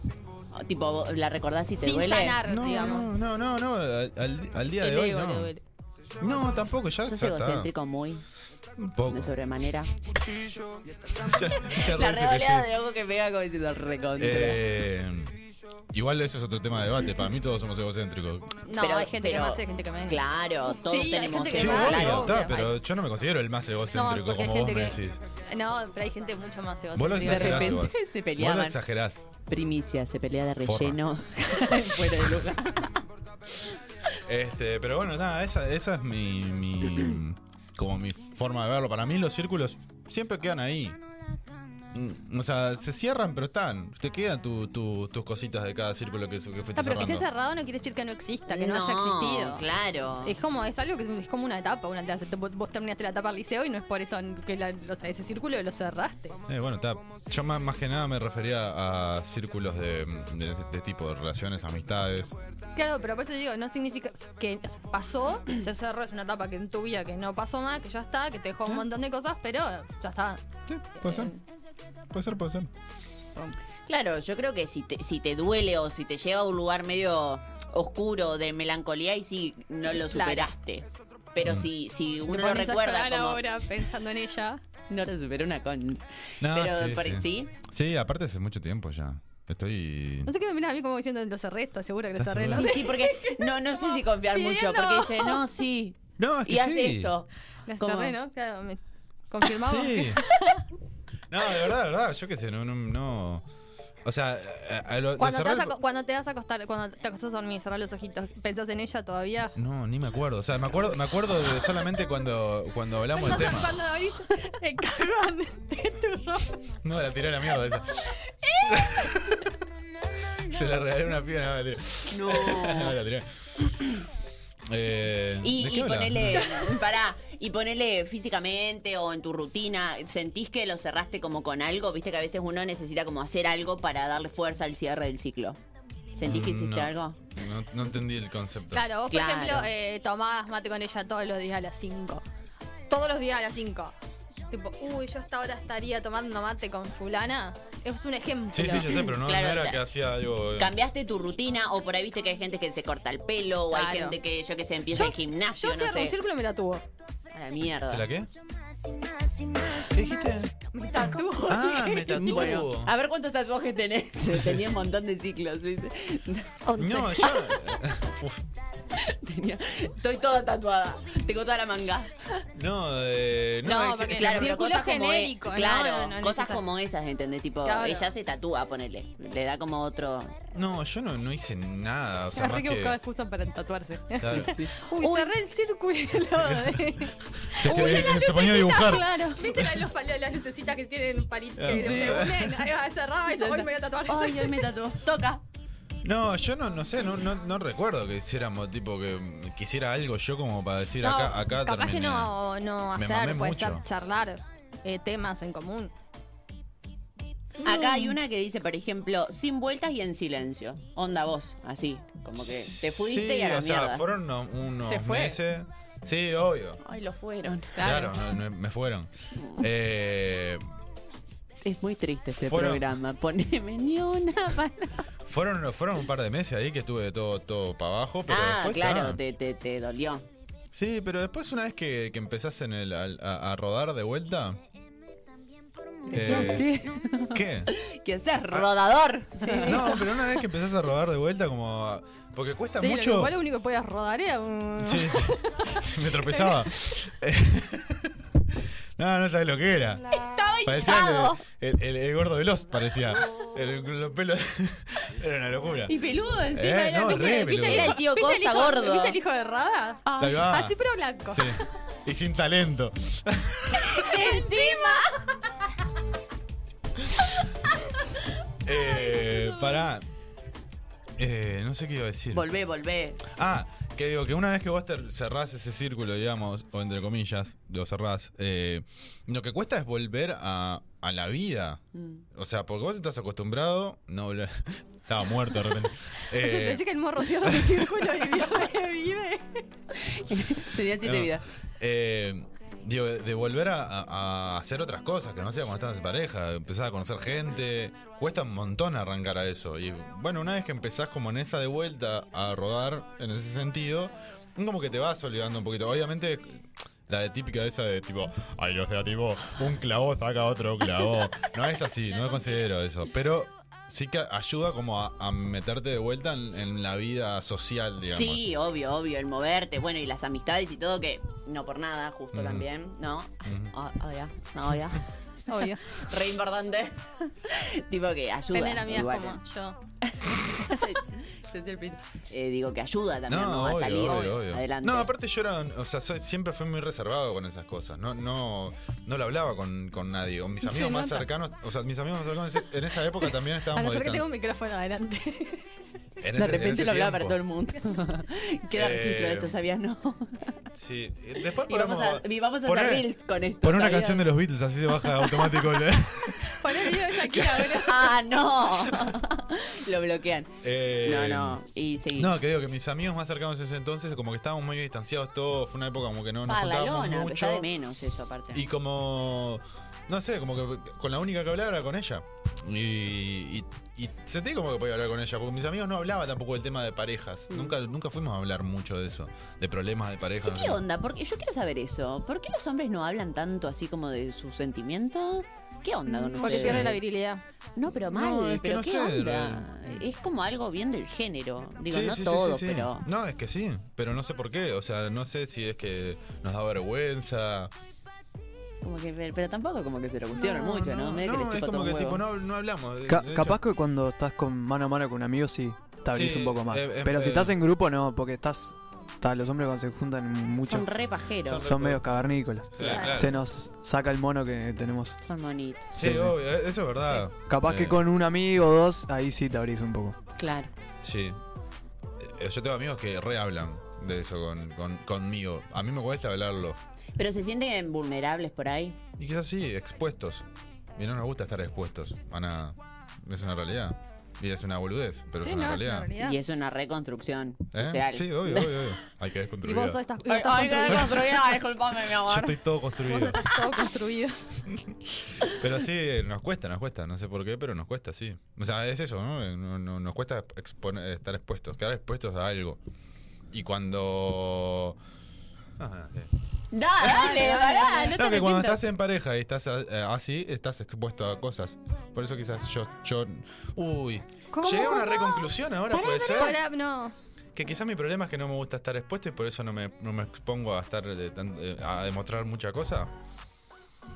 Speaker 1: O Tipo, vos la recordás y te
Speaker 2: Sin
Speaker 1: duele.
Speaker 2: sanar,
Speaker 3: No,
Speaker 2: digamos.
Speaker 3: no, no, no, no, al, al- al día
Speaker 2: El
Speaker 3: de hoy
Speaker 2: ego le
Speaker 3: no.
Speaker 2: duele.
Speaker 3: No, tampoco, ya,
Speaker 1: Yo
Speaker 3: ya
Speaker 1: soy
Speaker 3: está.
Speaker 1: egocéntrico muy,
Speaker 3: Un poco.
Speaker 1: de sobremanera.
Speaker 3: Ya-
Speaker 1: La
Speaker 3: ya parece que
Speaker 1: redoleada
Speaker 3: sí.
Speaker 1: de ojo que pega como diciendo recontra.
Speaker 3: Eh, Igual eso es otro tema de debate, para mí todos somos egocéntricos.
Speaker 2: No,
Speaker 1: Pero-
Speaker 2: hay gente
Speaker 1: pero-
Speaker 2: que más, hay gente que menos.
Speaker 1: Claro, todos
Speaker 2: hay
Speaker 1: tenemos
Speaker 2: gente que
Speaker 3: Sí,
Speaker 1: eso,
Speaker 2: va,
Speaker 3: obvio,
Speaker 1: claro.
Speaker 2: obvio,
Speaker 3: está, pero
Speaker 2: hay-
Speaker 3: yo no me considero el más
Speaker 2: No,
Speaker 3: egocéntrico,
Speaker 2: porque hay
Speaker 3: como vos
Speaker 2: gente
Speaker 3: me
Speaker 2: que-
Speaker 3: decís.
Speaker 2: No, pero hay gente mucho más
Speaker 3: Vos lo
Speaker 2: egocéntrica.
Speaker 1: De
Speaker 3: exagerás.
Speaker 1: repente
Speaker 3: igual.
Speaker 1: se
Speaker 3: Vos lo
Speaker 1: peleaban.
Speaker 3: exagerás.
Speaker 1: Primicia, se pelea de relleno. Fuera de lugar.
Speaker 3: Este, pero bueno, nada, esa, esa es mi, mi- como mi forma de verlo. Para mí los círculos siempre quedan ahí. Mm, O sea, se cierran, pero están. Te quedan tu- tu- tus cositas de cada círculo que, que fuiste
Speaker 2: Ah, pero que esté
Speaker 3: cerrando.
Speaker 2: cerrado no quiere decir que no exista, que no, haya existido.
Speaker 1: Claro.
Speaker 2: Es como, es algo que es como una etapa, una etapa. Vos- Vos terminaste la etapa del liceo y no es por eso que la- o sea, ese círculo lo cerraste.
Speaker 3: Eh, bueno, está. Yo más, más que nada me refería a círculos de, de este tipo de relaciones, amistades.
Speaker 2: Claro, pero por eso digo, no significa que o sea, pasó, se cerró, es una etapa que en tu vida que no pasó más, que ya está, que te dejó un montón de cosas, pero ya está.
Speaker 3: Sí, puede ser,
Speaker 2: Eh,
Speaker 3: puede ser, puede ser.
Speaker 1: Claro, yo creo que si te, si te duele o si te lleva a un lugar medio oscuro de melancolía y si no lo
Speaker 2: Claro.
Speaker 1: superaste. Pero
Speaker 3: Mm.
Speaker 1: si, si
Speaker 2: te
Speaker 1: uno lo
Speaker 2: pones a
Speaker 1: recuerda
Speaker 2: llorar
Speaker 1: como...
Speaker 2: ahora pensando en ella.
Speaker 1: No lo superó una con...
Speaker 3: No,
Speaker 1: pero por- sí,
Speaker 3: Ah, Sí, aparte hace mucho tiempo ya. Estoy...
Speaker 2: No sé qué me miras a mí como diciendo, los cerré, estás segura que los
Speaker 3: ¿Estás
Speaker 1: Sí,
Speaker 3: segura?
Speaker 2: cerré. No sé,
Speaker 1: sí, porque no, no sé si confiar mucho,
Speaker 2: Pidiendo-
Speaker 1: porque dice, no, sí,
Speaker 3: No, es Ah, que
Speaker 1: y hace
Speaker 3: sí.
Speaker 1: esto.
Speaker 2: Los
Speaker 1: ¿Cómo?
Speaker 2: cerré, ¿no? Claro, me confirmamos.
Speaker 3: Sí. No, de verdad, de verdad, yo qué sé, no, no, no. O sea, a- a lo- de
Speaker 2: Cuando te, vas a,
Speaker 3: cerrar-
Speaker 2: aco- cuando te vas a acostar, cuando te acostás a dormir, cerrar los ojitos, ¿pensás en ella todavía?
Speaker 3: No, ni me acuerdo. O sea, me acuerdo, me acuerdo de solamente cuando, cuando hablamos del
Speaker 2: Cuando,
Speaker 3: tema.
Speaker 2: cuando abrís el cajón de tu ropa.
Speaker 3: No, la tiré a la mierda esa. Se la regalé a una piba, no, la tiré.
Speaker 1: No.
Speaker 3: No, la tiré. Eh,
Speaker 1: Y,
Speaker 3: ¿de qué
Speaker 1: y
Speaker 3: hablaba?
Speaker 1: ponele, pará, y ponele físicamente o en tu rutina, ¿sentís que lo cerraste como con algo? Viste que a veces uno necesita como hacer algo para darle fuerza al cierre del ciclo. ¿Sentís que hiciste
Speaker 3: Mm, No,
Speaker 1: algo?
Speaker 3: No, no entendí el concepto.
Speaker 2: Claro, vos,
Speaker 1: Claro.
Speaker 2: por ejemplo, eh, tomabas mate con ella todos los días a las 5. Todos los días a las 5. Tipo, uy, yo hasta ahora estaría tomando mate con fulana. Es un ejemplo.
Speaker 3: Sí, sí, yo sé, pero no,
Speaker 1: Claro,
Speaker 3: no era
Speaker 1: la-
Speaker 3: que hacía algo. eh,
Speaker 1: ¿Cambiaste tu rutina o por ahí viste que hay gente que se corta el pelo o hay
Speaker 2: Claro.
Speaker 1: gente que yo que se empieza el gimnasio,
Speaker 2: yo
Speaker 1: no
Speaker 2: cierro un
Speaker 1: sé?
Speaker 2: círculo y me tatúo.
Speaker 1: A la mierda.
Speaker 3: ¿Te la qué?
Speaker 5: ¿Qué dijiste?
Speaker 2: Me tatúo.
Speaker 3: Ah, me tatuó.
Speaker 1: Bueno, Ah, a ver cuántos tatuajes tenés. Tenía un montón de ciclos, ¿viste?
Speaker 3: no, yo. Uf,
Speaker 1: Tenía- Estoy toda tatuada. Tengo toda la manga.
Speaker 3: no, eh, no,
Speaker 2: No,
Speaker 3: es que-
Speaker 2: porque
Speaker 3: es que
Speaker 2: la
Speaker 1: Claro, pero
Speaker 2: Círculo
Speaker 1: cosas como e-
Speaker 2: genérico, ¿no?
Speaker 1: claro,
Speaker 2: No, no, no
Speaker 1: cosas
Speaker 2: necesar-
Speaker 1: como esas, ¿entendés? Tipo,
Speaker 2: Claro.
Speaker 1: ella se tatúa, ponele. Le da como otro.
Speaker 3: No, yo no, no hice nada. O sea,
Speaker 2: Es
Speaker 3: más
Speaker 2: re que
Speaker 3: que,
Speaker 2: buscaba excusa para tatuarse.
Speaker 3: claro.
Speaker 2: Uy, cerré el círculo. de-
Speaker 3: Se,
Speaker 2: Uy, la
Speaker 3: se ponía a dibujar.
Speaker 2: Claro. ¿Viste la- los pal- las lucecitas que tienen palitos
Speaker 3: Ah,
Speaker 2: que
Speaker 3: sí.
Speaker 2: se unen? Ahí va, cerraba y yo, hoy me voy a tatuar. eso.
Speaker 1: Ay, hoy me tatuó. Toca.
Speaker 3: No, yo no, no sé, no, no, no recuerdo que hiciéramos tipo que quisiera algo yo como para decir acá, acá
Speaker 2: capaz
Speaker 3: terminé.
Speaker 2: que no, no
Speaker 3: Me
Speaker 2: hacer,
Speaker 3: mamé
Speaker 2: puede
Speaker 3: mucho.
Speaker 2: ser charlar eh, temas en común.
Speaker 1: Acá
Speaker 2: Mm.
Speaker 1: hay una que dice, por ejemplo, sin vueltas y en silencio. Onda vos, así. Como que te fuiste
Speaker 3: Sí,
Speaker 1: y a la
Speaker 3: o sea,
Speaker 1: mierda.
Speaker 3: fueron unos, unos
Speaker 2: Se fue.
Speaker 3: meses. Sí, obvio.
Speaker 1: Ay, lo fueron.
Speaker 3: Claro, me, me fueron. Eh,
Speaker 1: Es muy triste este
Speaker 3: Fueron.
Speaker 1: programa. Poneme ni una palabra.
Speaker 3: fueron, fueron un par de meses ahí que estuve todo, todo para abajo. Pero
Speaker 1: Ah,
Speaker 3: después,
Speaker 1: claro,
Speaker 3: ta.
Speaker 1: te, te, te dolió.
Speaker 3: Sí, pero después una vez que, que empezás en el, al- a, a rodar de vuelta. eh,
Speaker 1: Sí.
Speaker 3: ¿Qué?
Speaker 1: Que seas rodador.
Speaker 3: Ah, No, pero una vez que empezás a rodar de vuelta, como. Porque cuesta
Speaker 2: Sí, lo que-
Speaker 3: mucho.
Speaker 2: igual lo único que podías rodar era un...
Speaker 3: Sí, sí. me tropezaba. no, no sabes lo que era.
Speaker 1: Estaba
Speaker 3: Parecía
Speaker 1: hinchado.
Speaker 3: el, el- el- el gordo de Lost, parecía. El- con los pelos. era una locura.
Speaker 1: Y peludo encima.
Speaker 3: Eh,
Speaker 1: era,
Speaker 3: no,
Speaker 1: ¿viste,
Speaker 3: re
Speaker 1: viste
Speaker 3: peludo.
Speaker 1: Era el tío
Speaker 2: ¿Viste el
Speaker 1: Cosa
Speaker 2: hijo-
Speaker 1: gordo.
Speaker 2: ¿Viste el hijo de Rada?
Speaker 1: Ah,
Speaker 3: Ahí va.
Speaker 2: Así pero blanco.
Speaker 3: Sí. Y sin talento.
Speaker 2: Encima.
Speaker 3: Eh, pará. Eh, no sé qué iba a decir.
Speaker 1: Volvé, volvé.
Speaker 3: Ah, que digo que una vez que vos te cerrás ese círculo, digamos, o entre comillas, lo cerrás, eh, lo que cuesta es volver a, a la vida.
Speaker 1: Mm.
Speaker 3: O sea, porque vos estás acostumbrado, no volver. Estaba muerto de repente. Eh,
Speaker 2: Pensé que el morro cierra el círculo y vive. vive.
Speaker 1: Tenían siete
Speaker 3: no.
Speaker 1: vidas.
Speaker 3: Eh, digo, de volver a, a- a hacer otras cosas que no sea cuando estabas en pareja, empezar a conocer gente. Cuesta un montón arrancar a eso. Y bueno, una vez que empezás como en esa de vuelta a rodar en ese sentido, como que te vas olvidando un poquito. Obviamente. La de típica esa de tipo, ay, o sea, tipo, un clavo saca otro clavo. No es así, no considero eso. Pero sí que ayuda como a, a meterte de vuelta en, en la vida social, digamos.
Speaker 1: Sí, obvio, obvio, el moverte, bueno, y las amistades y todo, que no por nada, justo
Speaker 3: Mm.
Speaker 1: también, ¿no?
Speaker 3: Mm.
Speaker 1: Ah, ah, ya, no, ya.
Speaker 2: Obvio.
Speaker 1: Re importante. tipo que ayuda.
Speaker 2: Tener amigas
Speaker 1: igual,
Speaker 2: como yo.
Speaker 1: eh, digo que ayuda también, ¿no? a
Speaker 3: obvio,
Speaker 1: salir
Speaker 3: obvio, obio.
Speaker 1: adelante.
Speaker 3: No, aparte yo era, o sea, soy- siempre fui muy reservado con esas cosas. No, no, no lo hablaba con, con nadie. Con mis
Speaker 2: Se
Speaker 3: amigos más
Speaker 2: nota.
Speaker 3: cercanos, o sea, mis amigos más cercanos en esa época también
Speaker 2: A no
Speaker 3: estábamos
Speaker 2: ser que tenga
Speaker 3: distantes.
Speaker 2: un micrófono adelante.
Speaker 3: En
Speaker 1: de
Speaker 3: ese- en
Speaker 1: repente
Speaker 3: ese
Speaker 1: lo hablaba para
Speaker 3: tiempo.
Speaker 1: todo el mundo. Queda
Speaker 3: Eh,
Speaker 1: registro de esto, ¿sabías? No.
Speaker 3: Sí, eh, después
Speaker 1: Y vamos a,
Speaker 3: podemos-
Speaker 1: y vamos a
Speaker 3: poné-
Speaker 1: hacer reels con esto.
Speaker 3: Pon una
Speaker 1: ¿sabías?
Speaker 3: canción de los Beatles, así se baja automático. el-
Speaker 2: Pon el video de Shakira, bro.
Speaker 1: ¡Ah, no! lo bloquean.
Speaker 3: Eh,
Speaker 1: No, no. Y seguí.
Speaker 3: No, que digo que mis amigos más cercanos en ese entonces, como que estábamos muy distanciados todos, fue una época como que no nos
Speaker 1: Pa, la
Speaker 3: juntábamos
Speaker 1: lona, pero
Speaker 3: mucho.
Speaker 1: está de menos eso, aparte.
Speaker 3: Y como. No sé, como que con la única que hablaba era con ella. Y, y, y sentí como que podía hablar con ella, porque mis amigos no hablaba tampoco del tema de parejas.
Speaker 1: Mm.
Speaker 3: Nunca, nunca fuimos a hablar mucho de eso, de problemas de pareja.
Speaker 1: Che, ¿Qué onda? Porque yo quiero saber eso. ¿Por qué los hombres no hablan tanto así como de sus sentimientos? ¿Qué onda con
Speaker 2: Porque
Speaker 1: ustedes?
Speaker 2: pierde la virilidad.
Speaker 1: No, pero mal,
Speaker 3: No, es que
Speaker 1: pero
Speaker 3: no
Speaker 1: ¿qué
Speaker 3: sé,
Speaker 1: onda? Es como algo bien del género. Digo, no todo, pero.
Speaker 3: No, es que sí, pero no sé por qué. O sea, no sé si es que nos da vergüenza.
Speaker 1: Como que, pero, pero tampoco como que se lo cuestionan mucho, ¿no? Medio que les
Speaker 3: No,
Speaker 1: chupa
Speaker 3: es
Speaker 1: todo
Speaker 3: como
Speaker 1: un
Speaker 3: que
Speaker 1: huevo.
Speaker 3: tipo, no, no hablamos. de-
Speaker 4: Ca-
Speaker 3: de hecho.
Speaker 4: capaz que cuando estás con mano a mano con un amigo sí estabiliza
Speaker 3: Sí,
Speaker 4: un poco más.
Speaker 3: eh, eh,
Speaker 4: Pero si
Speaker 3: eh.
Speaker 4: estás en grupo no, porque estás. ta, los hombres cuando se juntan mucho
Speaker 1: Son re pajeros.
Speaker 4: son medios cavernícolas.
Speaker 3: Sí, claro.
Speaker 4: Se nos saca el mono que tenemos.
Speaker 1: Son bonitos.
Speaker 3: Sí,
Speaker 4: sí, sí.
Speaker 3: obvio, eh, eso es verdad.
Speaker 4: Capaz
Speaker 3: Eh,
Speaker 4: que con un amigo o dos, ahí sí te abrís un poco.
Speaker 1: Claro.
Speaker 3: Sí. Eh, Yo tengo amigos que re hablan de eso con, con- conmigo. A mí me cuesta hablarlo.
Speaker 1: Pero se sienten vulnerables por ahí.
Speaker 3: Y quizás sí, expuestos. Y no nos gusta estar expuestos a nada. Es una realidad. Y es una boludez, pero
Speaker 2: Sí,
Speaker 3: es
Speaker 2: no,
Speaker 3: una
Speaker 2: es
Speaker 3: realidad.
Speaker 2: una realidad.
Speaker 1: Y es una reconstrucción
Speaker 3: ¿Eh?
Speaker 1: social. Ah,
Speaker 3: Sí, obvio, obvio, obvio. Hay que
Speaker 2: Y
Speaker 3: desconstruir.
Speaker 2: vos
Speaker 3: Yo
Speaker 2: estás,
Speaker 1: Ay,
Speaker 2: estás
Speaker 1: ay, que
Speaker 2: construido.
Speaker 1: reconstruida, disculpame, mi amor.
Speaker 3: estoy todo
Speaker 2: Vos
Speaker 3: construido.
Speaker 2: estás todo construido.
Speaker 3: Pero sí, eh, nos cuesta, nos cuesta. No sé por qué, pero nos cuesta, sí. O sea, es eso, ¿no? Eh, no- no- nos cuesta expone- estar expuestos, quedar expuestos a algo. Y cuando... Ah, sí.
Speaker 1: Da, dale, pará, no te
Speaker 3: No, que cuando
Speaker 1: arrepientas.
Speaker 3: estás en pareja y estás eh, así, estás expuesto a cosas. Por eso quizás yo... yo uy.
Speaker 2: ¿Cómo,
Speaker 3: Llegué a una
Speaker 2: cómo?
Speaker 3: reconclusión ahora, puede ser.
Speaker 2: Pará, no.
Speaker 3: Que quizás mi problema es que no me gusta estar expuesto y por eso no me, no me expongo a estar de tan- eh, a demostrar mucha cosa.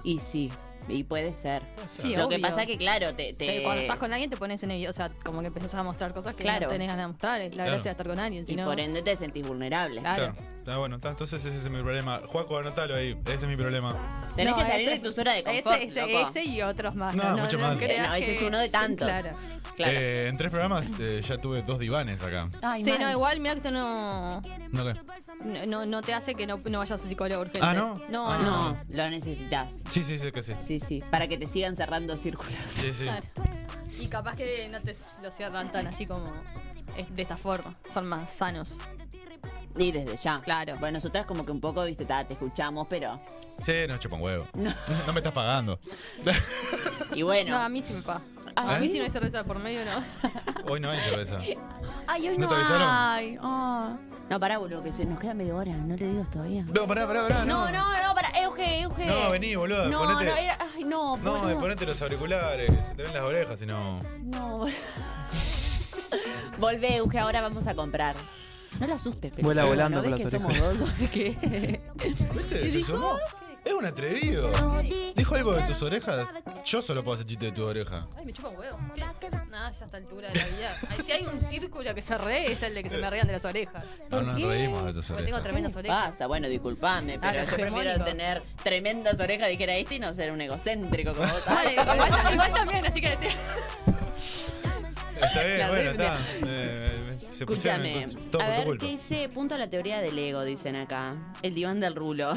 Speaker 1: Y sí, y puede ser.
Speaker 2: Sí,
Speaker 1: Lo
Speaker 2: obvio.
Speaker 1: que pasa que, claro, te... te-
Speaker 2: Que cuando estás con alguien te pones en el O sea, como que empezás a mostrar cosas que
Speaker 1: Claro.
Speaker 2: no tenés ganas de mostrar. Es la
Speaker 3: Claro.
Speaker 2: gracia de estar con alguien. Si
Speaker 1: Y
Speaker 2: no...
Speaker 1: por ende te sentís vulnerable.
Speaker 2: Claro.
Speaker 3: Está Ah, bueno, está, entonces ese es mi problema. Juaco, anotalo ahí. Ese es mi problema.
Speaker 1: Tenés
Speaker 2: No,
Speaker 1: que salir
Speaker 2: ese-
Speaker 1: de tu zona de confort,
Speaker 2: Ese, ese,
Speaker 1: loco.
Speaker 2: ese y otros más.
Speaker 3: No, mucho más.
Speaker 2: creas
Speaker 1: No, ese
Speaker 2: que-
Speaker 1: es uno de tantos.
Speaker 2: Claro.
Speaker 1: Claro.
Speaker 3: Eh, en tres programas eh, ya tuve dos divanes acá.
Speaker 1: Ay,
Speaker 2: Sí,
Speaker 1: mal.
Speaker 2: no, igual, mira que esto no,
Speaker 3: No le-
Speaker 2: no, no te hace que no, no vayas a psicólogo urgente.
Speaker 3: Ah, ¿no?
Speaker 2: No,
Speaker 3: Ah,
Speaker 2: no.
Speaker 1: No, lo necesitas.
Speaker 3: Sí, sí, sí, que sí.
Speaker 1: Sí, sí. Para que te sigan cerrando círculos.
Speaker 3: Sí, sí.
Speaker 2: Claro. Y capaz que no te lo cierran tan así como es de esta forma. Son más sanos.
Speaker 1: Y desde ya.
Speaker 2: Claro.
Speaker 1: Bueno, nosotras como que un poco, viste, ta, te escuchamos, pero.
Speaker 3: Sí, no chupa un huevo. No me estás pagando.
Speaker 1: Y bueno.
Speaker 2: No, a mí sí me pasa.
Speaker 1: ¿Ah,
Speaker 3: ¿Eh?
Speaker 2: A mí
Speaker 1: sí?
Speaker 2: sí no hay cerveza por medio, no.
Speaker 3: Hoy no hay cerveza.
Speaker 1: Ay, hoy
Speaker 3: ¿No te avisaron?
Speaker 1: hay. Ah. No, pará, boludo, que se nos queda media hora, no le digas todavía.
Speaker 3: No, pará, pará, pará. No, no,
Speaker 1: no, pará, Euge, Euge.
Speaker 3: No, vení, boludo.
Speaker 1: No,
Speaker 3: ponete...
Speaker 1: no, era- ay, no,
Speaker 3: No,
Speaker 1: boludo.
Speaker 3: de ponete los auriculares, que se te ven las orejas, si no.
Speaker 1: No, boludo. Volvé, Euge, ahora vamos a comprar. No la asustes, pero.
Speaker 4: Vuela volando
Speaker 1: ¿no
Speaker 4: con
Speaker 1: ves
Speaker 4: las
Speaker 1: que somos
Speaker 4: orejas.
Speaker 1: dos? ¿Qué?
Speaker 3: ¿Viste? ¿Se sumó? Es un atrevido. ¿Dijo algo de tus orejas? Yo solo puedo hacer chiste de tus orejas.
Speaker 2: Ay, me chupa un huevo. ¿Qué? Nada, ya a esta altura de la vida. Ay, si hay un círculo que se re, es el de que se me rían de las orejas.
Speaker 3: No nos
Speaker 1: qué?
Speaker 3: reímos de tus
Speaker 2: Porque tengo
Speaker 3: orejas.
Speaker 2: tremendas
Speaker 1: ¿Qué
Speaker 2: orejas.
Speaker 1: pasa? Bueno, disculpame, pero
Speaker 2: Claro,
Speaker 1: yo prefiero
Speaker 2: hegemónico.
Speaker 1: tener tremendas orejas, dijera este, y no ser un egocéntrico como vos.
Speaker 2: Vale, igual, igual también, así que.
Speaker 3: Está bien,
Speaker 2: La
Speaker 3: bueno,
Speaker 2: ribla.
Speaker 3: está. Eh, eh, se pusieron
Speaker 1: Escúchame,
Speaker 3: en- todo
Speaker 1: a
Speaker 3: por tu
Speaker 1: ver
Speaker 3: culpa.
Speaker 1: qué dice, punto a la teoría del ego, dicen acá. El diván del rulo.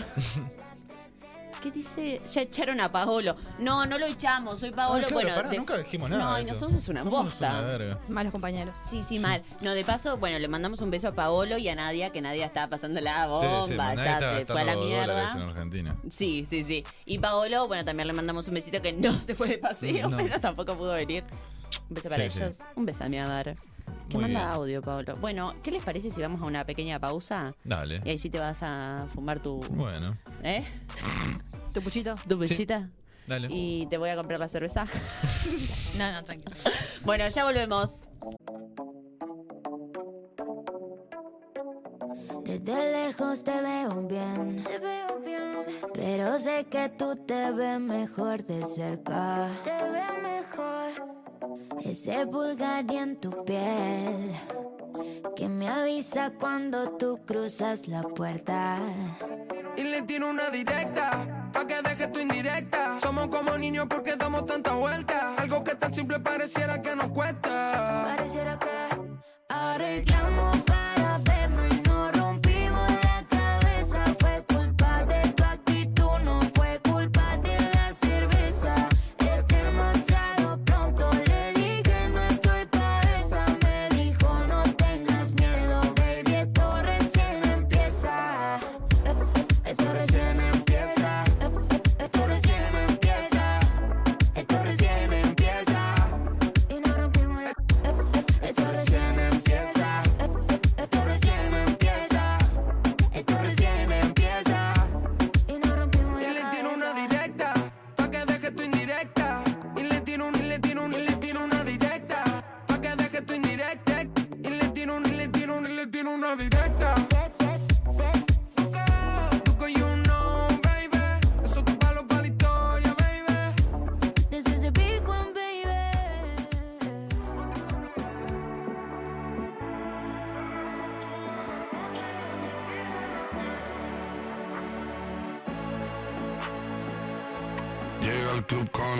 Speaker 1: ¿Qué dice? Ya echaron a Paolo. No, no lo echamos, soy
Speaker 3: Ah,
Speaker 1: Paolo.
Speaker 3: claro,
Speaker 1: bueno,
Speaker 3: pará,
Speaker 1: de-
Speaker 3: nunca dijimos nada.
Speaker 1: No,
Speaker 3: de
Speaker 1: y
Speaker 3: eso.
Speaker 1: nosotros es una
Speaker 3: Somos
Speaker 1: bosta.
Speaker 3: una verga.
Speaker 2: Malos compañeros.
Speaker 1: Sí, sí, mal. No, de paso, bueno, le mandamos un beso a Paolo y a Nadia, que Nadia estaba pasando la bomba,
Speaker 3: Maná
Speaker 1: ya
Speaker 3: está
Speaker 1: se fue a la
Speaker 3: gastando dólares en
Speaker 1: mierda.
Speaker 3: Argentina.
Speaker 1: Sí, sí, sí. Y Paolo, bueno, también le mandamos un besito que no se fue de paseo,
Speaker 3: No.
Speaker 1: pero tampoco pudo venir. Un beso para
Speaker 3: Sí, sí.
Speaker 1: ellos. Un beso a mi Adar. Que
Speaker 3: Muy
Speaker 1: manda
Speaker 3: bien.
Speaker 1: audio, Paolo. Bueno, ¿qué les parece si vamos a una pequeña pausa?
Speaker 3: Dale.
Speaker 1: Y ahí sí te vas a fumar tu.
Speaker 3: Bueno,
Speaker 1: ¿Eh?
Speaker 2: ¿Tu puchito?
Speaker 1: Tu besita.
Speaker 3: dale.
Speaker 1: Y te voy a comprar la cerveza.
Speaker 2: No, no, tranquilo.
Speaker 1: Bueno, ya volvemos.
Speaker 5: Desde lejos te veo bien. Pero sé que tú te ves mejor de cerca. Te mejor. Ese pulgar en tu piel. Que me avisa cuando tú cruzas la puerta.
Speaker 6: Y le tiro una directa, pa' que deje tu indirecta. Somos como niños porque damos tanta vuelta. Algo que tan simple pareciera que nos cuesta.
Speaker 5: Arreglamos para vernos y no rompimos la cabeza. Fue culpa de tu actitud, no fue culpa de la cerveza. Es demasiado pronto, le dije no estoy para esa. Me dijo no tengas miedo, baby, esto recién empieza. Esto recién empieza. Esto recién empieza. Esto recién empieza. Y no rompimos la esto recién empieza. Esto recién empieza. Esto recién empieza. Y no rompimos
Speaker 6: Y le tiro una directa, pa' que deje tu indirecta. Y le tiro un, y le tiro un, y le tiro una directa, pa' que deje tu indirecta. Y le tiro un, y le tiro un, y le tiro una directa. Tú que you know, baby, eso es tu palo para
Speaker 7: al club con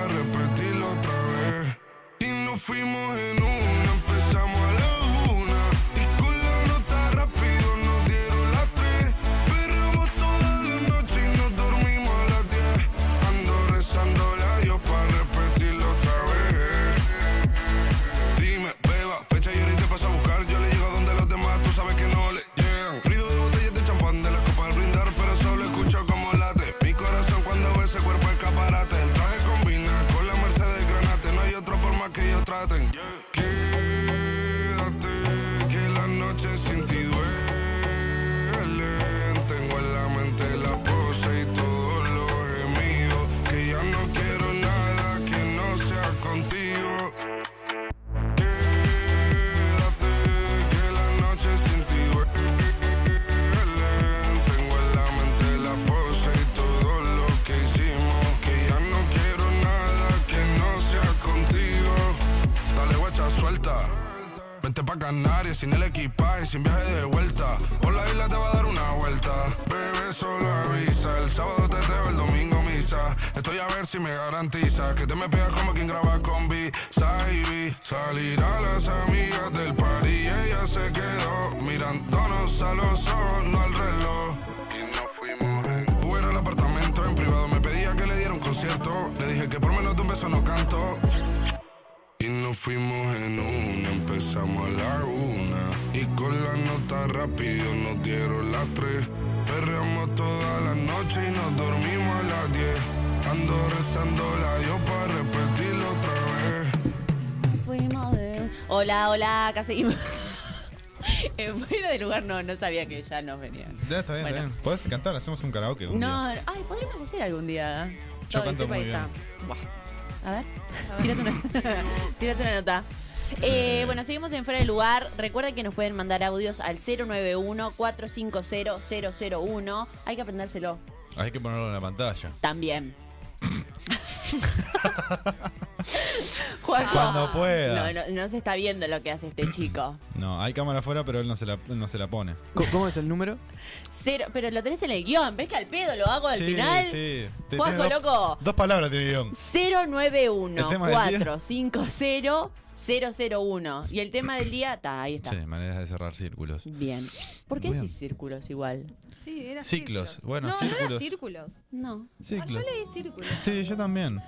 Speaker 7: repetirlo otra vez. Y nos fuimos en una, empezamos a la una. Y con la nota rápido nos dieron las tres. Perreamos toda la noche y nos dormimos a las diez. Ando rezando la Dios para repetirlo otra vez. Dime, beba, fecha y hora y te paso a buscar. Yo le llego donde los demás, tú sabes que no le llegan. Ruido de botellas de champán de las copas al brindar, pero solo escucho como late. Mi corazón cuando ve ese cuerpo escaparate. El traje combina con la Mercedes Granate. No hay otro por más que ellos traten. Quédate, que la noche sin ti duelen. Tengo en la mente la pose y todos los gemidos. Que ya no quiero nada que no sea contigo. Quédate que la noche sin ti duele. Tengo en la mente la pose y todo lo que hicimos. Que ya no quiero nada que no sea contigo. Dale guacha, suelta. Vente pa' Canarias sin el equipaje, sin viaje de vuelta. Por la isla te va a dar una vuelta. Bebé, solo avisa. El sábado te teo, el domingo misa. Estoy a ver si me garantiza que te me pegas como quien graba con B. Saibi. Salir a las amigas del par y ella se quedó mirándonos a los ojos, no al reloj. Y nos fuimos en Uber al apartamento en privado. Me pedía que le diera un concierto. Le dije que por menos de un beso no canto. Y nos fuimos en una, empezamos a la una. Y con la nota rápido nos dieron las tres. Perreamos toda la noche y nos dormimos a las diez. Ando rezando la Dios para repetirlo otra vez.
Speaker 1: Fuimos de- Hola, hola, acá seguimos. En fuera de lugar no, no sabía que ya nos venían.
Speaker 3: Ya, está bien,
Speaker 1: Bueno.
Speaker 3: está bien. Podés cantar, hacemos un karaoke. un
Speaker 1: No,
Speaker 3: día.
Speaker 1: ay, podríamos hacer algún día.
Speaker 3: Yo
Speaker 1: Todo,
Speaker 3: canto
Speaker 1: ¿qué
Speaker 3: muy
Speaker 1: paisa? Buah. A ver, tírate una, tírate una nota. Eh, bueno, seguimos en fuera de lugar. Recuerden que nos pueden mandar audios al 091-450-001. Hay que aprendérselo
Speaker 3: Hay que ponerlo en la pantalla.
Speaker 1: también. Juan,
Speaker 3: Cuando pueda.
Speaker 1: no, no, no se está viendo lo que hace este chico.
Speaker 3: No, hay cámara afuera, pero él no se la, él no se la pone.
Speaker 4: Co- ¿Cómo es el número?
Speaker 1: Cero, pero lo tenés en el guión. ¿Ves que al pedo lo hago al
Speaker 3: Sí,
Speaker 1: final?
Speaker 3: sí. Te-
Speaker 1: Juanjo,
Speaker 3: tenés dos-
Speaker 1: loco.
Speaker 3: Dos palabras tiene el guión. ¿El tema del día?
Speaker 1: 091-450-001. Y el tema del día, está, ahí está.
Speaker 3: Sí, maneras de cerrar círculos.
Speaker 1: Bien. ¿Por qué
Speaker 3: Bien.
Speaker 1: decís círculos igual?
Speaker 2: Sí, era
Speaker 3: Ciclos. Bueno,
Speaker 2: no, No,
Speaker 3: círculos.
Speaker 2: era círculos.
Speaker 1: No.
Speaker 2: Ah, yo
Speaker 3: Ciclos.
Speaker 2: leí círculos.
Speaker 3: Sí, yo también.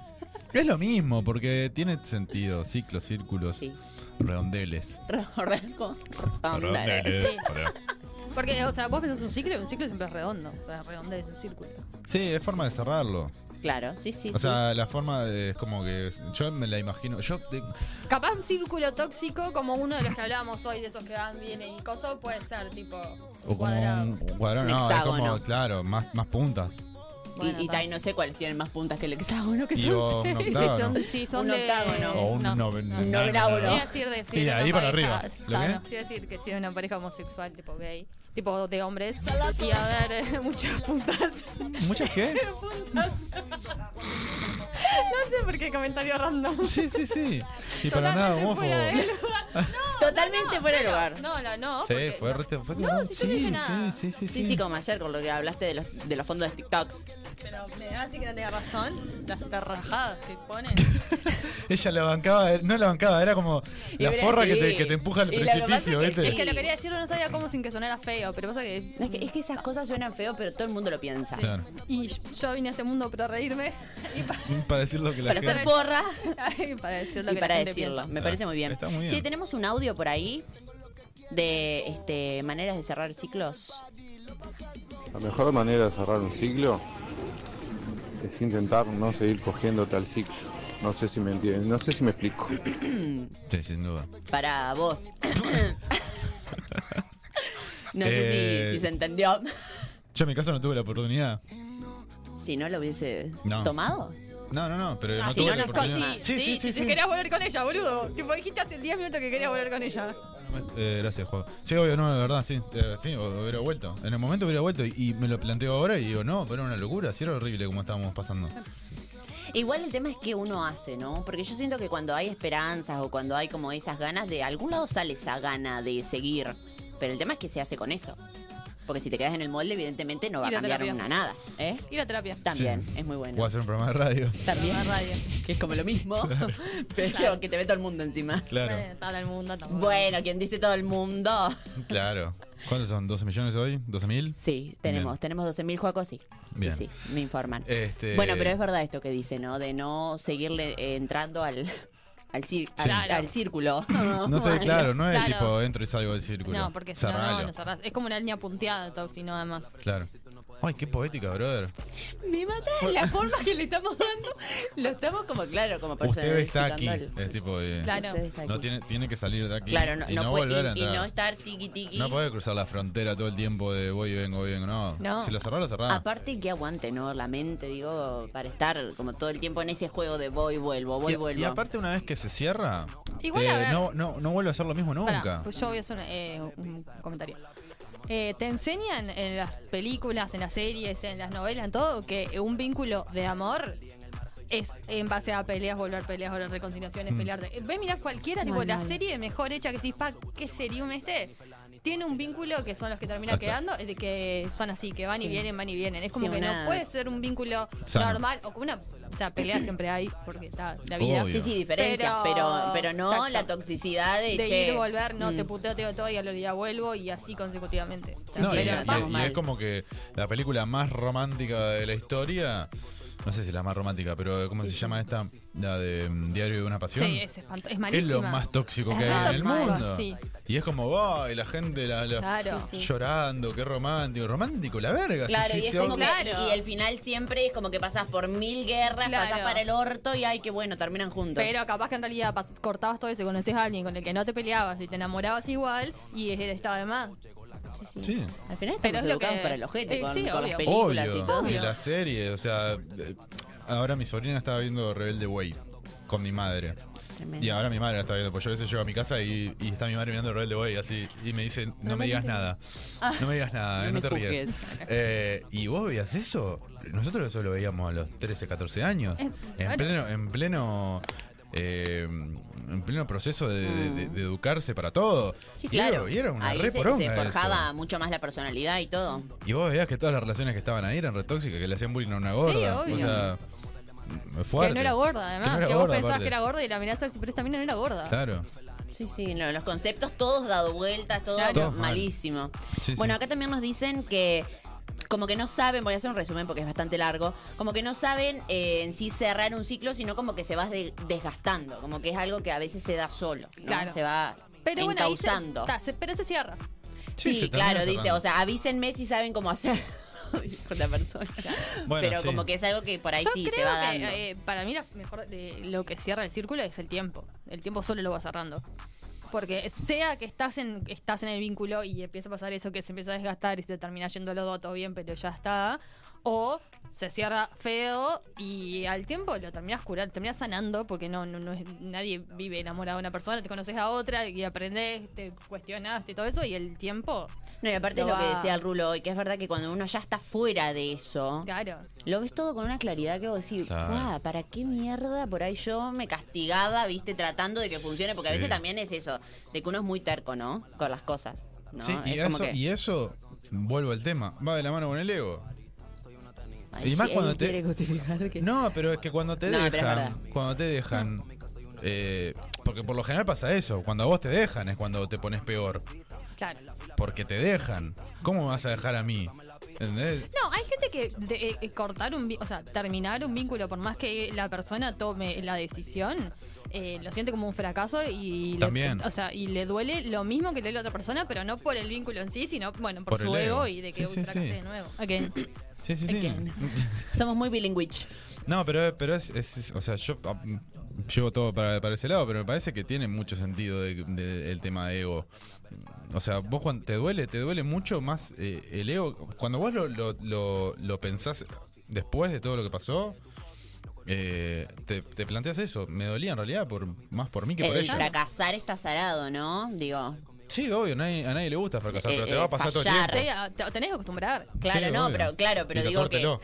Speaker 3: Es lo mismo, porque tiene sentido. Ciclos, círculos,
Speaker 1: Sí.
Speaker 3: redondeles.
Speaker 1: Con- con-
Speaker 2: Sí. Porque, o sea, vos pensás un ciclo y un ciclo siempre es redondo. O sea, redonda es un círculo.
Speaker 3: Sí, es forma de cerrarlo.
Speaker 1: Claro, sí, sí.
Speaker 3: O
Speaker 1: sí.
Speaker 3: sea, la forma de- es como que. es- Yo me la imagino. Yo te-
Speaker 2: Capaz un círculo tóxico como uno de los que hablábamos hoy, de esos que van bien y cosas, puede ser tipo
Speaker 3: o como
Speaker 2: cuadrado.
Speaker 3: un cuadrón,
Speaker 1: Un
Speaker 3: no, es como,
Speaker 1: hexágono.
Speaker 3: claro, más, más puntas.
Speaker 2: Bueno,
Speaker 1: y y
Speaker 2: ta.
Speaker 1: Tai, no sé cuáles tienen más puntas que el hexágono, que
Speaker 3: Y
Speaker 1: son
Speaker 3: o un
Speaker 1: seis.
Speaker 3: octágono.
Speaker 2: Sí, son, sí, son
Speaker 1: Un
Speaker 2: de...
Speaker 1: octágono.
Speaker 3: O un
Speaker 2: no.
Speaker 3: noven-
Speaker 2: no.
Speaker 1: no, no.
Speaker 3: no, no,
Speaker 2: Iba
Speaker 3: no.
Speaker 2: a decir de si
Speaker 3: Y de
Speaker 2: era
Speaker 3: ahí
Speaker 2: una
Speaker 3: para
Speaker 2: pareja-
Speaker 3: arriba. ¿Lo
Speaker 2: No,
Speaker 3: qué?
Speaker 2: no, sí iba a decir que si era una pareja homosexual, tipo gay, tipo de hombres. Y a ver, eh, muchas puntas.
Speaker 3: ¿Muchas qué?
Speaker 2: puntas. no sé por qué comentario random.
Speaker 3: Sí, sí, sí. Y para nada,
Speaker 2: Totalmente
Speaker 3: homófobo.
Speaker 2: fuera de lugar.
Speaker 1: Totalmente fuera de lugar.
Speaker 2: No, no, no.
Speaker 3: Sí,
Speaker 2: porque-
Speaker 3: fue,
Speaker 2: no.
Speaker 3: rete- fue
Speaker 2: No,
Speaker 3: sí,
Speaker 2: si yo no dije nada.
Speaker 3: sí, sí, sí,
Speaker 1: Sí, sí, como ayer con lo que hablaste de los, de los fondos de TikToks.
Speaker 2: Pero me da así que no tenía razón. Las terrajadas que ponen.
Speaker 3: Ella la bancaba, eh, no la bancaba, era como
Speaker 1: Y
Speaker 3: la
Speaker 1: pero
Speaker 3: forra que,
Speaker 1: sí.
Speaker 3: te, que te empuja al
Speaker 1: Y lo que pasa es
Speaker 3: precipicio,
Speaker 1: que
Speaker 3: ¿viste?
Speaker 2: Es que lo quería decir, no sabía cómo sin que sonara feo, pero pasa que.
Speaker 1: Es que, es que esas cosas suenan feo, pero todo el mundo lo piensa.
Speaker 3: Claro.
Speaker 2: Y yo vine a este mundo para reírme y para,
Speaker 3: Para decir lo que la
Speaker 1: Para
Speaker 3: gente-
Speaker 1: ser forra
Speaker 2: y para decir lo
Speaker 1: y
Speaker 2: que
Speaker 1: para
Speaker 2: la gente
Speaker 1: decirlo.
Speaker 2: piensa.
Speaker 1: Me
Speaker 3: Ah,
Speaker 1: parece muy bien.
Speaker 3: está muy bien.
Speaker 1: Che, tenemos un audio por ahí de este, maneras de cerrar ciclos.
Speaker 8: La mejor manera de cerrar un ciclo es intentar no seguir cogiendo tal ciclo. No sé si me entienden, no sé si me explico.
Speaker 3: Sí, sin duda.
Speaker 1: Para vos. no sé
Speaker 3: Eh.
Speaker 1: si, si se entendió.
Speaker 3: Yo en mi caso no tuve la oportunidad.
Speaker 1: Si no lo hubiese
Speaker 3: No.
Speaker 1: tomado.
Speaker 3: No, no, no, pero
Speaker 1: Ah,
Speaker 3: no
Speaker 1: si
Speaker 3: tuve
Speaker 1: no
Speaker 3: la
Speaker 1: nos
Speaker 3: oportunidad.
Speaker 1: consi-
Speaker 3: Sí, sí, sí.
Speaker 2: si
Speaker 3: sí.
Speaker 2: querías volver con ella, boludo. Tipo, dijiste hace 10 minutos que querías volver con ella.
Speaker 3: Eh, gracias, Juan. Sí, obvio, no, de verdad, sí. Eh, sí, o- hubiera vuelto. En el momento hubiera vuelto y, y me lo planteo ahora y digo, no, pero era una locura, sí era horrible como estábamos pasando.
Speaker 1: Igual el tema es que uno hace, ¿no? Porque yo siento que cuando hay esperanzas o cuando hay como esas ganas, de algún lado sale esa gana de seguir. Pero el tema es que se hace con eso. Porque si te quedas en el molde, evidentemente no va a
Speaker 2: Ir a
Speaker 1: cambiar
Speaker 2: terapia.
Speaker 1: una nada. ¿eh?
Speaker 2: Ir a terapia.
Speaker 1: También,
Speaker 3: Sí.
Speaker 1: es muy bueno.
Speaker 3: Voy a hacer un programa de radio.
Speaker 1: También,
Speaker 2: La radio.
Speaker 1: que es como lo mismo, pero que te ve todo el mundo encima.
Speaker 3: Claro,
Speaker 2: Bueno, Tal el mundo, tal-
Speaker 1: Bueno, quien dice todo el mundo.
Speaker 3: claro. ¿Cuántos son? ¿12 millones hoy? ¿12 mil?
Speaker 1: Sí, tenemos, tenemos 12.000 juacos, sí. Sí,
Speaker 3: Bien.
Speaker 1: sí, me informan.
Speaker 3: Este...
Speaker 1: Bueno, pero es verdad esto que dice, ¿no? De no seguirle eh, entrando al, al, cir- al-
Speaker 2: Claro.
Speaker 1: al círculo.
Speaker 3: No sé, claro, no es
Speaker 2: Claro.
Speaker 3: tipo entro y salgo del círculo.
Speaker 2: No, porque si no,
Speaker 3: Cerralo.
Speaker 2: no, no cerrás. Es como una línea punteada, Toxi, no además.
Speaker 3: Claro. Ay, qué poética, brother.
Speaker 1: Me mata la forma que le estamos dando. Lo estamos como, claro, como
Speaker 3: Usted está aquí.
Speaker 1: personificando al-
Speaker 3: Es tipo de-
Speaker 2: Claro.
Speaker 1: Usted está
Speaker 3: No
Speaker 1: aquí.
Speaker 3: tiene, tiene que salir de aquí
Speaker 1: Claro, no,
Speaker 3: y no,
Speaker 1: no puede,
Speaker 3: volver a
Speaker 1: y- y,
Speaker 3: entrar.
Speaker 1: no estar tiqui tiqui.
Speaker 3: No puede cruzar la frontera todo el tiempo de voy y vengo, voy y vengo. No.
Speaker 2: No.
Speaker 3: Si lo cerró, lo cerró.
Speaker 1: Aparte que aguante, ¿no? La mente, digo, para estar como todo el tiempo en ese juego de voy, vuelvo, voy,
Speaker 3: y,
Speaker 1: vuelvo.
Speaker 3: y aparte, una vez que se cierra,
Speaker 2: Igual,
Speaker 3: eh,
Speaker 2: a ver.
Speaker 3: no, no, no vuelve a hacer lo mismo
Speaker 2: Pará,
Speaker 3: nunca.
Speaker 2: pues yo voy a hacer una- eh, un comentario. Eh, te enseñan en las películas, en las series, en las novelas, en todo, que un vínculo de amor es en base a peleas, volver peleas, volver reconciliaciones,
Speaker 3: Mm.
Speaker 2: pelear. Eh, Ves, mirá cualquiera, tipo, la serie mejor hecha que decís, pa, ¿qué serium este? Tiene un vínculo que son los que terminan
Speaker 3: Hasta-
Speaker 2: quedando, eh, de que son así, que van y
Speaker 1: Sí.
Speaker 2: vienen, van y vienen. Es como
Speaker 1: Sí,
Speaker 2: que
Speaker 1: una-
Speaker 2: no puede ser un vínculo
Speaker 3: Sano.
Speaker 2: normal o como una. O sea, pelea siempre hay, porque está la vida.
Speaker 3: Obvio.
Speaker 1: Sí, sí, diferencias, pero, pero,
Speaker 2: Pero-
Speaker 1: no
Speaker 2: Exacto.
Speaker 1: la toxicidad de,
Speaker 2: de
Speaker 1: che,
Speaker 2: ir y volver, no,
Speaker 1: mm,
Speaker 2: te puteo, te doy todo y al otro día vuelvo y así consecutivamente. O sea,
Speaker 3: No, y,
Speaker 1: pero
Speaker 3: y-
Speaker 1: estamos
Speaker 3: y
Speaker 1: mal.
Speaker 3: es como que la película más romántica de la historia, no sé si la más romántica, pero ¿cómo se llama esta? La de mm, Diario de una Pasión.
Speaker 2: Sí, es espanto- es
Speaker 3: es
Speaker 2: malísima.
Speaker 3: lo más tóxico que
Speaker 2: Es
Speaker 3: hay
Speaker 2: re
Speaker 3: en el
Speaker 2: tóxico,
Speaker 3: mundo.
Speaker 2: sí.
Speaker 3: Y es como, va, y la gente la, la-
Speaker 2: Claro.
Speaker 1: Sí, sí.
Speaker 3: llorando, qué romántico. Romántico, la verga.
Speaker 1: Claro,
Speaker 3: sí, sí,
Speaker 1: y, es
Speaker 3: sí,
Speaker 1: como
Speaker 3: ok.
Speaker 1: que-
Speaker 2: Claro.
Speaker 1: y el final siempre es como que pasas por mil guerras,
Speaker 2: Claro.
Speaker 1: pasas para el orto y ay, que bueno, terminan juntos.
Speaker 2: Pero capaz que en realidad pas- cortabas todo eso, conocías a alguien con el que no te peleabas y te enamorabas igual y él estaba de más.
Speaker 3: Sí.
Speaker 1: Al final
Speaker 2: Pero
Speaker 1: estamos
Speaker 2: es lo
Speaker 1: educados
Speaker 2: que-
Speaker 1: para el ojete
Speaker 2: Eh,
Speaker 1: con,
Speaker 2: sí,
Speaker 1: con las
Speaker 2: obvio.
Speaker 1: películas y todo.
Speaker 3: Obvio. Y la serie, o sea, eh, ahora mi sobrina estaba viendo Rebelde Way con mi madre.
Speaker 1: Tremendo.
Speaker 3: Y ahora mi madre la está viendo, pues yo a veces llego a mi casa y, y está mi madre mirando Rebelde Way así y me dice, no, me digas nada,
Speaker 2: Ah.
Speaker 3: no me digas nada,
Speaker 1: No
Speaker 3: eh,
Speaker 1: me
Speaker 3: no, te ríes. Eh, y vos veías eso, nosotros eso lo veíamos a los 13, 14 años,
Speaker 2: Eh,
Speaker 3: en
Speaker 2: claro.
Speaker 3: pleno, en pleno eh, en pleno proceso de, de- de-
Speaker 2: Mm.
Speaker 3: de educarse para todo.
Speaker 1: Sí,
Speaker 3: Y era-
Speaker 1: claro.
Speaker 3: Y era una
Speaker 1: Ahí
Speaker 3: re
Speaker 1: se, se
Speaker 3: poronga eso.
Speaker 1: forjaba mucho más la personalidad y todo.
Speaker 3: Y vos veías que todas las relaciones que estaban ahí eran retóxicas, que le hacían bullying a una gorda.
Speaker 2: obvio.
Speaker 3: O sea, m- fuerte.
Speaker 2: Que no era gorda, además.
Speaker 3: Que
Speaker 2: Que,
Speaker 3: no era
Speaker 2: vos
Speaker 3: gorda,
Speaker 2: pensabas
Speaker 3: aparte.
Speaker 2: que era gorda y la miraste, pero esta mina no era gorda.
Speaker 3: Claro.
Speaker 1: Sí, sí, no, los conceptos todos dado vueltas, todo
Speaker 2: Claro.
Speaker 3: Todos mal.
Speaker 1: malísimo.
Speaker 3: Sí,
Speaker 1: bueno,
Speaker 3: sí.
Speaker 1: acá también nos dicen que como que no saben, voy a hacer un resumen porque es bastante largo, como que no saben eh, en sí cerrar un ciclo, sino como que se va de- desgastando, como que es algo que a veces se da solo, ¿no?
Speaker 2: Claro.
Speaker 1: Se va
Speaker 2: Pero bueno, ahí se,
Speaker 1: encauzando.
Speaker 2: ta, se- pero se cierra.
Speaker 1: Sí,
Speaker 3: se termina
Speaker 1: claro, dice,
Speaker 3: cerrando.
Speaker 1: o sea, avísenme si saben cómo hacer con la persona.
Speaker 3: Bueno,
Speaker 1: Pero
Speaker 3: sí.
Speaker 1: como que es algo que por ahí
Speaker 2: Yo
Speaker 1: sí
Speaker 2: creo
Speaker 1: se va
Speaker 2: que
Speaker 1: dando.
Speaker 2: eh, para mí la mejor, eh, lo que cierra el círculo es el tiempo. El tiempo solo lo va cerrando. Porque sea que estás en, estás en el vínculo y empieza a pasar eso que se empieza a desgastar y se termina yendo los dos, todo bien, pero ya está. O se cierra feo y al tiempo lo terminas curar, terminas sanando porque no, no, no es, nadie vive enamorado de una persona, te conoces a otra y aprendes, te cuestionaste y todo eso y el tiempo,
Speaker 1: No, y aparte
Speaker 2: lo
Speaker 1: lo que
Speaker 2: va-
Speaker 1: decía el Rulo hoy, que es verdad que cuando uno ya está fuera de eso,
Speaker 2: claro.
Speaker 1: lo ves todo con una claridad que vos decís,
Speaker 3: Claro.
Speaker 1: "Guau, ¿para qué mierda por ahí yo me castigaba, viste, tratando de que funcione? Porque a
Speaker 3: Sí.
Speaker 1: veces también es eso, de que uno es muy terco, ¿no? Con las cosas. ¿no?
Speaker 3: Sí, y
Speaker 1: Es como
Speaker 3: eso,
Speaker 1: que,
Speaker 3: y eso, vuelvo al tema, va de la mano con el ego.
Speaker 1: ay,
Speaker 3: y más
Speaker 1: sí,
Speaker 3: cuando
Speaker 1: él
Speaker 3: te-
Speaker 1: quiere justificar que-
Speaker 3: No, pero es que cuando te
Speaker 1: No, pero es
Speaker 3: dejan,
Speaker 1: verdad.
Speaker 3: cuando te dejan, eh, porque por lo general pasa eso, cuando a vos te dejan es cuando te pones peor,
Speaker 2: claro.
Speaker 3: porque te dejan. ¿Cómo me vas a dejar a mí? ¿Entendés?
Speaker 2: No, hay gente que de- eh, eh, cortar un, vi- o sea, terminar un vínculo por más que la persona tome la decisión, eh, lo siente como un fracaso y
Speaker 3: También.
Speaker 2: le, o sea, y le duele lo mismo que le duele a otra persona, pero no por el vínculo en sí, sino bueno, por,
Speaker 3: Por
Speaker 2: su
Speaker 3: el ego.
Speaker 2: ego y de
Speaker 3: Sí,
Speaker 2: que uy,
Speaker 3: sí,
Speaker 2: fracasé
Speaker 3: sí.
Speaker 2: de nuevo. Ok.
Speaker 3: Sí, sí, sí.
Speaker 1: Again. Somos muy bilingüe.
Speaker 3: No, pero, pero es, es- es- o sea, yo ah, mm, llevo todo para, para ese lado, pero me parece que tiene mucho sentido de- de- el tema de ego. O sea, vos cuando te duele, te duele mucho más eh, el ego. Cuando vos lo, lo, lo- lo pensás después de todo lo que pasó, eh, te, te planteas eso. Me dolía en realidad por más por mí que por
Speaker 1: eh, El
Speaker 3: ella.
Speaker 1: fracasar está zarado, ¿no? Digo,
Speaker 3: Sí, obvio, nadie- a nadie le gusta fracasar,
Speaker 1: Eh,
Speaker 3: pero te
Speaker 1: eh,
Speaker 3: va a pasar todo el
Speaker 1: fallar.
Speaker 3: tiempo.
Speaker 2: Te, te tenés que acostumbrar.
Speaker 1: claro,
Speaker 3: Sí,
Speaker 1: no,
Speaker 3: obvio.
Speaker 1: pero claro, pero
Speaker 3: Y
Speaker 1: digo que.
Speaker 3: tatuártelo,